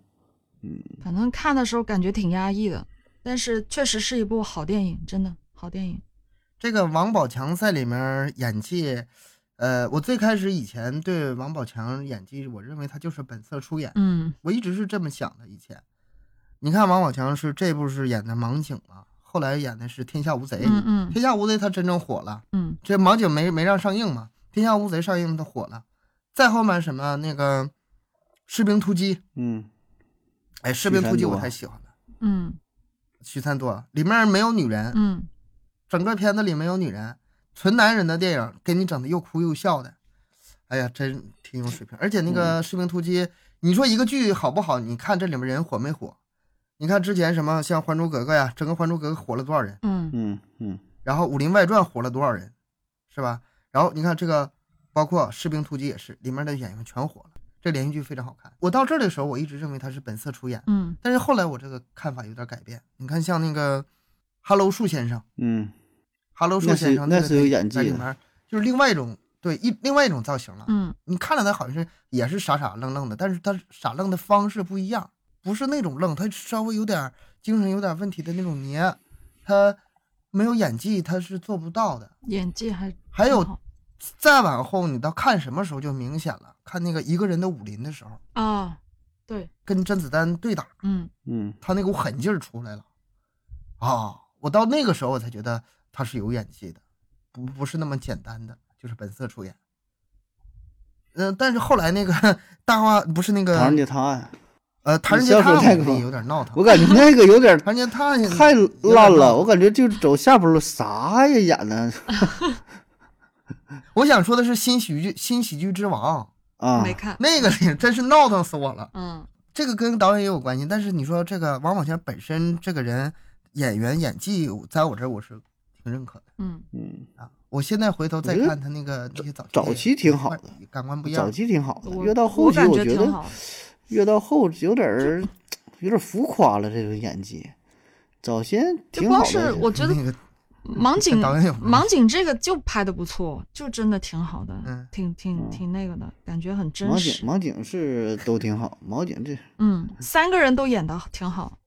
Speaker 3: 嗯，
Speaker 2: 反正看的时候感觉挺压抑的，但是确实是一部好电影，真的好电影。
Speaker 1: 这个王宝强在里面演技，呃，我最开始以前对王宝强演技，我认为他就是本色出演，
Speaker 2: 嗯
Speaker 1: 我一直是这么想的。以前，你看王宝强是这部是演的盲井嘛，后来演的是《天下
Speaker 3: 哎
Speaker 1: 无贼》，
Speaker 2: 嗯嗯
Speaker 1: 天下无贼》他真正火了。
Speaker 2: 嗯，
Speaker 1: 这盲井没没让上映嘛，《天下无贼》上映都火了。再后面什么那个《士兵突击》，
Speaker 3: 嗯，
Speaker 1: 哎，《士兵突击》我
Speaker 3: 许三多
Speaker 1: 太喜欢了。
Speaker 2: 嗯
Speaker 1: 许三多里面没有女人，
Speaker 2: 嗯，
Speaker 1: 整个片子里没有女人，纯男人的电影，给你整的又哭又笑的，哎呀，真挺有水平。而且那
Speaker 3: 嗯
Speaker 1: 个《士兵突击》，你说一个剧好不好？你看这里面人火没火？你看之前什么像《还珠格格》呀，整个《还珠格格》火了多少人？
Speaker 2: 嗯
Speaker 3: 嗯嗯，
Speaker 1: 然后《武林外传》火了多少人，是吧？然后你看这个，包括《士兵突击》也是，里面的演员全火了，这连续剧非常好看。我到这儿的时候，我一直认为他是本色出演，
Speaker 2: 嗯
Speaker 1: 但是后来我这个看法有点改变。你看像那个《哈喽树先生》。
Speaker 3: 嗯，
Speaker 1: 哈喽树
Speaker 3: 那是
Speaker 1: 先生
Speaker 3: 那
Speaker 1: 个
Speaker 3: 是有演技
Speaker 1: 在里
Speaker 3: 的
Speaker 1: 面就是另外一种对一另外一种造型了。
Speaker 2: 嗯
Speaker 1: 你看着他好像是也是傻傻愣愣的，但是他傻愣的方式不一样，不是那种愣，他稍微有点儿精神有点问题的那种黏，他没有演技他是做不到的。
Speaker 2: 演技还
Speaker 1: 还有
Speaker 2: 挺好
Speaker 1: 再往后，你到看什么时候就明显了，看那个一个人的武林的时候，
Speaker 2: 啊，对，
Speaker 1: 跟甄子丹对打，
Speaker 2: 嗯
Speaker 3: 嗯，
Speaker 1: 他那股狠劲儿出来了，啊，我到那个时候我才觉得他是有演技的，不不是那么简单的，就是本色出演。呃嗯、但是后来那个 大话不是那
Speaker 3: 《唐人
Speaker 1: 个
Speaker 3: 街探案》
Speaker 1: 呃，唐人街
Speaker 3: 你笑
Speaker 1: 探
Speaker 3: 声太
Speaker 1: 案
Speaker 3: 高
Speaker 1: 我有点闹腾，
Speaker 3: 我感觉那个有点
Speaker 1: 唐人街探案现在
Speaker 3: 太
Speaker 1: 有点
Speaker 3: 烂
Speaker 1: 闹
Speaker 3: 了，
Speaker 1: 腾
Speaker 3: 我感觉就是走下坡路，啥呀演的
Speaker 1: 我想说的是新喜剧新喜剧之王
Speaker 3: 啊
Speaker 2: 没？看，
Speaker 1: 那个也真是闹腾死我了。
Speaker 2: 嗯
Speaker 1: 这个跟导演也有关系，但是你说这个王宝强本身这个人演员演技，在我这儿我是挺认可的
Speaker 2: 嗯
Speaker 3: 嗯，
Speaker 1: 啊。我现在回头再
Speaker 3: 我觉得
Speaker 1: 看他那个那些早
Speaker 3: 嗯早期挺好的，
Speaker 1: 感官不一
Speaker 3: 早
Speaker 1: 样。
Speaker 3: 期挺好的，
Speaker 2: 嗯我
Speaker 3: 越到后
Speaker 2: 我
Speaker 3: 期
Speaker 2: 感
Speaker 3: 我觉
Speaker 2: 挺
Speaker 3: 得
Speaker 2: 好的，
Speaker 3: 越到后有点儿有点浮夸了，这种演技。早先
Speaker 2: 就
Speaker 3: 挺好
Speaker 2: 光是
Speaker 3: 的，
Speaker 2: 我觉得
Speaker 1: 那个
Speaker 2: 盲井
Speaker 1: 导演有关
Speaker 2: 盲井这个就拍的不错，就真的挺好的，
Speaker 1: 嗯
Speaker 2: 挺
Speaker 3: 哦
Speaker 2: 挺挺那个的感觉很真
Speaker 3: 毛
Speaker 2: 实
Speaker 3: 景。毛景是都挺好，毛景这
Speaker 2: 嗯，三个人都演的挺 好。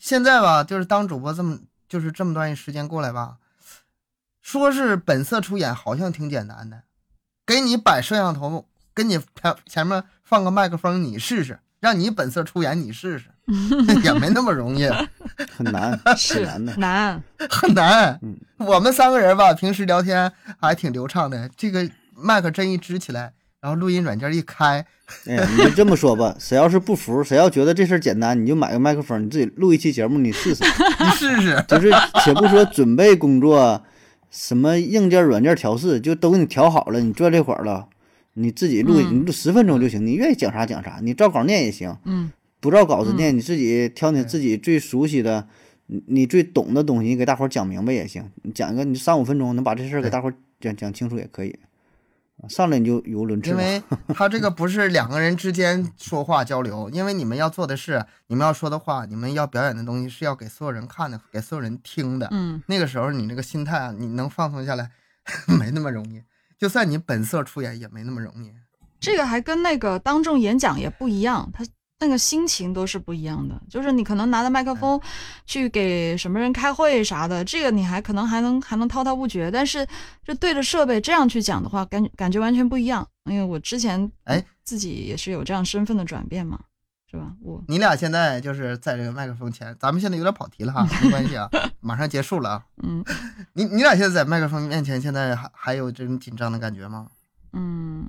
Speaker 1: 现在吧，就是当主播这么就是这么段时间过来吧，说是本色出演，好像挺简单的，给你摆摄像头，跟你前前面放个麦克风，你试试，让你本色出演，你试 试，也没那么容易。
Speaker 3: 很难，
Speaker 2: 是
Speaker 3: 很难的。
Speaker 2: 难，嗯
Speaker 1: 很难
Speaker 3: 嗯。
Speaker 1: 我们三个人吧，平时聊天还挺流畅的。这个麦克真一支起来，然后录音软件一开，
Speaker 3: 哎呀，你就这么说吧，谁要是不服，谁要觉得这事儿简单，你就买个麦克风，你自己录一期节目，你试试。。
Speaker 1: 你试试
Speaker 3: 就是且不说准备工作，什么硬件、软件调试，就都给你调好了，你坐这会儿了，你自己录，
Speaker 2: 嗯
Speaker 3: 你录十分钟就行，你愿意讲啥讲啥，你照稿念也行，
Speaker 2: 嗯
Speaker 3: 不照稿子念，你自己挑你自己最熟悉的。你你最懂的东西，你给大伙儿讲明白也行。你讲个你三五分钟，能把这事儿给大伙儿讲讲清楚也可以。上来你就语无伦次
Speaker 1: 因
Speaker 3: 了。
Speaker 1: 为他这个不是两个人之间说话交流，因为你们要做的是，你们要说的话，你们要表演的东西是要给所有人看的，给所有人听的。
Speaker 2: 嗯，
Speaker 1: 那个时候你那个心态啊，你能放松下来， 没那么容易。就算你本色出演，也没那么容易。
Speaker 2: 这个还跟那个当众演讲也不一样，他那个心情都是不一样的。就是你可能拿着
Speaker 1: 嗯
Speaker 2: 麦克风去给什么人开会啥的，这个你还可能还能还能滔滔不绝，但是就对着设备这样去讲的话，感感觉完全不一样。因为我之前
Speaker 1: 哎
Speaker 2: 自己也是有这样身份的转变嘛，是吧？我
Speaker 1: 你俩现在就是在这个麦克风前，咱们现在有点跑题了哈，没关系 啊，马上结束了啊。
Speaker 2: 嗯
Speaker 1: 你你俩现在在麦克风面前，现在还还有这种紧张的感觉吗？
Speaker 2: 嗯，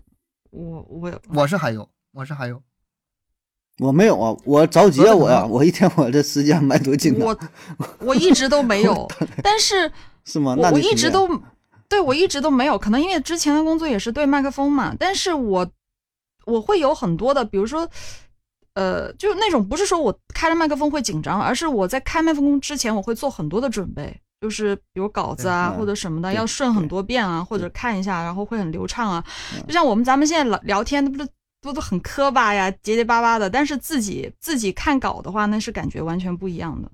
Speaker 2: 我我
Speaker 1: 我是还有，我是还有。
Speaker 3: 我没有啊，我着急
Speaker 1: 合
Speaker 3: 啊，
Speaker 1: 着
Speaker 3: 我呀、
Speaker 1: 呢
Speaker 3: 我一天我这时间蛮多紧的，
Speaker 2: 我我一直都没有，但是。
Speaker 3: 是吗？啊那
Speaker 2: 我我
Speaker 3: 你
Speaker 2: 一
Speaker 3: 挺
Speaker 2: 直
Speaker 3: 厉害
Speaker 2: 都，对我一直都没有，可能因为之前的工作也是对麦克风嘛，但是我我会有很多的，比如说，呃，就那种不是说我开了麦克风会紧张，而是我在开麦克风之前，我会做很多的准备。就是比如稿子啊，
Speaker 3: 对嗯
Speaker 2: 或者什么的，
Speaker 3: 对
Speaker 2: 要顺很多遍啊，或者看一下，然后会很流畅啊。就像我们咱们现在聊聊天，那不是都都很磕巴呀，结结巴巴的。但是自己自己看稿的话，那是感觉完全不一样的，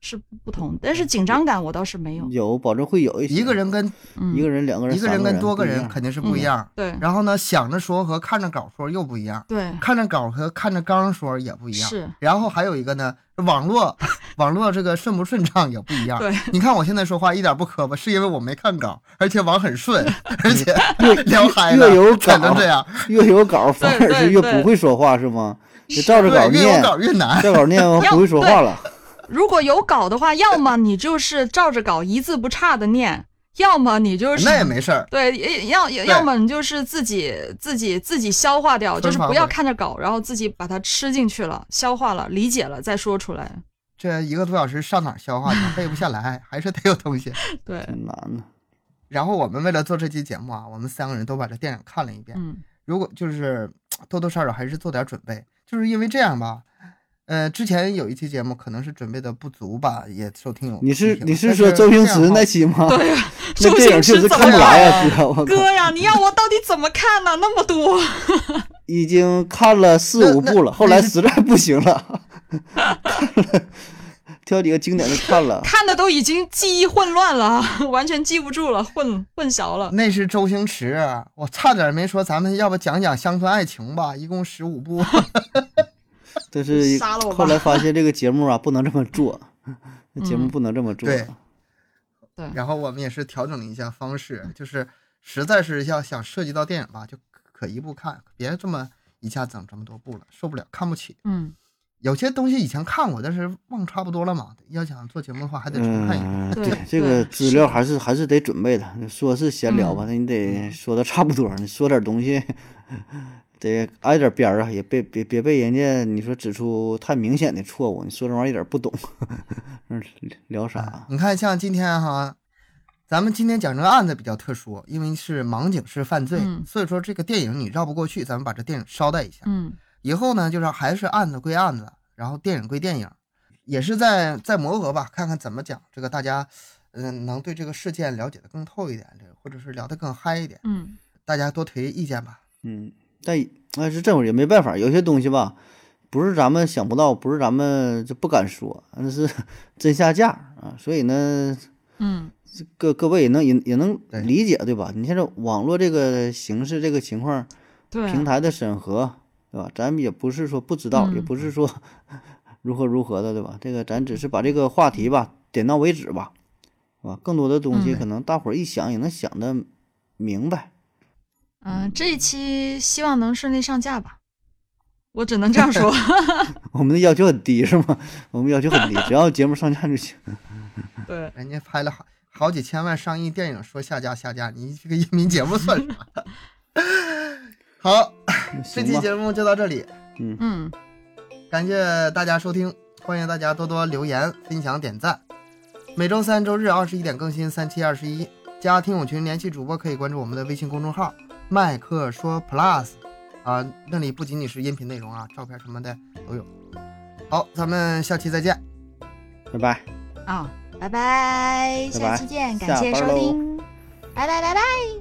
Speaker 2: 是不同。但是紧张感我倒是没有。
Speaker 3: 有，保证会有一些
Speaker 1: 一个人跟
Speaker 2: 嗯，
Speaker 3: 一个人、两个人、
Speaker 1: 一个人
Speaker 3: 三
Speaker 1: 跟多
Speaker 3: 个
Speaker 1: 个
Speaker 3: 不一
Speaker 1: 人
Speaker 3: 样嗯
Speaker 1: 肯定是不一样。
Speaker 2: 对，
Speaker 1: 然后呢，想着说和看着稿说又不一样，
Speaker 2: 对，
Speaker 1: 看着稿和看着刚说也不一样。
Speaker 2: 是
Speaker 1: 然后还有一个呢，网 络网络这个顺不顺畅也不一样
Speaker 2: 对。
Speaker 1: 你看我现在说话一点不磕巴，是因为我没看稿，而且网很 顺，而且聊嗨了，
Speaker 3: 越有
Speaker 1: 才能
Speaker 3: 稿
Speaker 1: 这样。
Speaker 3: 越有稿反
Speaker 2: 对
Speaker 3: 而是
Speaker 2: 对
Speaker 3: 越
Speaker 2: 对
Speaker 3: 不会说话是吗？就照着稿
Speaker 1: 啊对，越
Speaker 3: 念
Speaker 1: 有，稿越难。
Speaker 3: 照稿念完
Speaker 2: 要
Speaker 3: 不会说话了。
Speaker 2: 如果有稿的话，要么你就是照着稿一字不差的念，要么你就是
Speaker 1: 那也没事儿，
Speaker 2: 对，也要也要么你就是自己自己自己消化掉，就
Speaker 1: 分
Speaker 2: 是
Speaker 1: 发
Speaker 2: 不要
Speaker 1: 挥
Speaker 2: 看着稿，然后自己把它吃进去了，消化了，理解了再说出来。
Speaker 1: 这一个多小时上哪儿消化去？背不下来，还是得有东西。
Speaker 2: 对，
Speaker 3: 挺难啊的，
Speaker 1: 然后我们为了做这期节目啊，我们三个人都把这电影看了一遍。
Speaker 2: 嗯
Speaker 1: 如果就是嘖多多少少还是做点准备，就是因为这样吧。呃，之前有一期节目可能是准备的不足吧，也受听友
Speaker 3: 你是
Speaker 1: 批评
Speaker 3: 你
Speaker 1: 但
Speaker 3: 是
Speaker 1: 是
Speaker 3: 说周星
Speaker 1: 这样
Speaker 3: 驰
Speaker 1: 哈
Speaker 3: 那期吗？
Speaker 2: 对呀，
Speaker 3: 那
Speaker 2: 周
Speaker 3: 电影
Speaker 2: 星
Speaker 3: 确
Speaker 2: 驰
Speaker 3: 实
Speaker 2: 怎
Speaker 3: 看
Speaker 2: 么
Speaker 1: 了
Speaker 3: 不来啊呀，
Speaker 1: 呀
Speaker 3: 哥，我靠，
Speaker 2: 哥呀？你要我到底怎么看呢？那么 多，
Speaker 3: 已经看了四
Speaker 1: 那
Speaker 3: 五
Speaker 1: 那
Speaker 3: 部了，后
Speaker 1: 那
Speaker 3: 来
Speaker 1: 是
Speaker 3: 实在不行了， 看了挑几个经典的看 了。
Speaker 2: 看的都已经记忆混乱了， 完全记不住了，混混淆了。
Speaker 1: 那是周星驰啊，我差点没说咱们要不讲讲乡村爱情吧，一共十五 部。
Speaker 3: 但是
Speaker 2: 杀了我吧
Speaker 3: 后来发现这个节目啊，不能这么做，这节目
Speaker 2: 嗯
Speaker 3: 不能这么做。
Speaker 1: 对
Speaker 2: 对
Speaker 1: 然后我们也是调整了一下方式，就是实在是要想涉及到电影吧，就可一部看，别这么一下整这么多部了，受不了，看不起。
Speaker 2: 嗯，
Speaker 1: 有些东西以前看过，但是忘差不多了嘛。要想做节目的话，还得重看一遍。
Speaker 3: 嗯，
Speaker 2: 对
Speaker 3: 对
Speaker 2: 对，
Speaker 3: 这个资
Speaker 2: 是
Speaker 3: 料
Speaker 2: 的
Speaker 3: 还是还是得准备的。说是闲聊吧，那你得说的差不多，你说点东西， 得挨点边儿啊，也别别别被人家你说指出太明显的错误。你说这玩意儿一点不懂， 嗯聊
Speaker 1: 啊
Speaker 3: 啥？
Speaker 1: 你看，像今天哈，咱们今天讲这个案子比较特殊，因为是盲井式犯罪，
Speaker 2: 嗯
Speaker 1: 所以说这个电影你绕不过去，咱们把这电影捎带一下。
Speaker 2: 嗯
Speaker 1: 以后呢，就是还是案子归案子，然后电影归电影，也是在在磨合吧，看看怎么讲，这个大家，嗯、能对这个事件了解的更透一点，这个或者是聊得更嗨一点，
Speaker 2: 嗯
Speaker 1: 大家多提意见吧。
Speaker 3: 嗯，但但是这会儿也没办法，有些东西吧，不是咱们想不到，不是咱们就不敢说，那是 真下架啊。所以呢，
Speaker 2: 嗯
Speaker 3: 各各位也能也也能
Speaker 1: 对
Speaker 3: 理解，对吧？你现在网络这个形式这个情况，
Speaker 2: 对
Speaker 3: 平台的审核，对吧？咱们也不是说不知道，也
Speaker 2: 嗯
Speaker 3: 不是说 如何如何的，对吧？这个咱只是把这个话题吧点到为止吧，是吧？更多的东西
Speaker 2: 嗯
Speaker 3: 可能大伙儿一想也能想得明白。
Speaker 2: 嗯、这一期希望能顺利上架吧，我只能这样 说。
Speaker 3: 我们的要求很低是吗？我们要 求很低，只要节目上架就行。
Speaker 2: 对，
Speaker 1: 人家拍了好好几千万上亿电影，说下架下架，你这个音频节目算啥？ 好，这
Speaker 3: 行
Speaker 1: 期
Speaker 3: 吧，
Speaker 1: 节目就到这里。
Speaker 2: 嗯，
Speaker 1: 感谢大家收听，欢迎大家多多留言、分享、点赞。每周三、周日二十一点更新三七二十一。加听友群联系主播可以关注我们的微信公众号“麦克说 Plus”，啊，那里不仅仅是音频内容啊，照片什么的都有。好，咱们下期再见。
Speaker 3: 拜拜。
Speaker 2: 啊、拜拜，
Speaker 3: 拜
Speaker 2: 下
Speaker 3: 拜
Speaker 2: 期见，感
Speaker 3: 下
Speaker 2: 谢
Speaker 3: 班
Speaker 2: 收
Speaker 3: 喽
Speaker 2: 听，拜拜拜拜。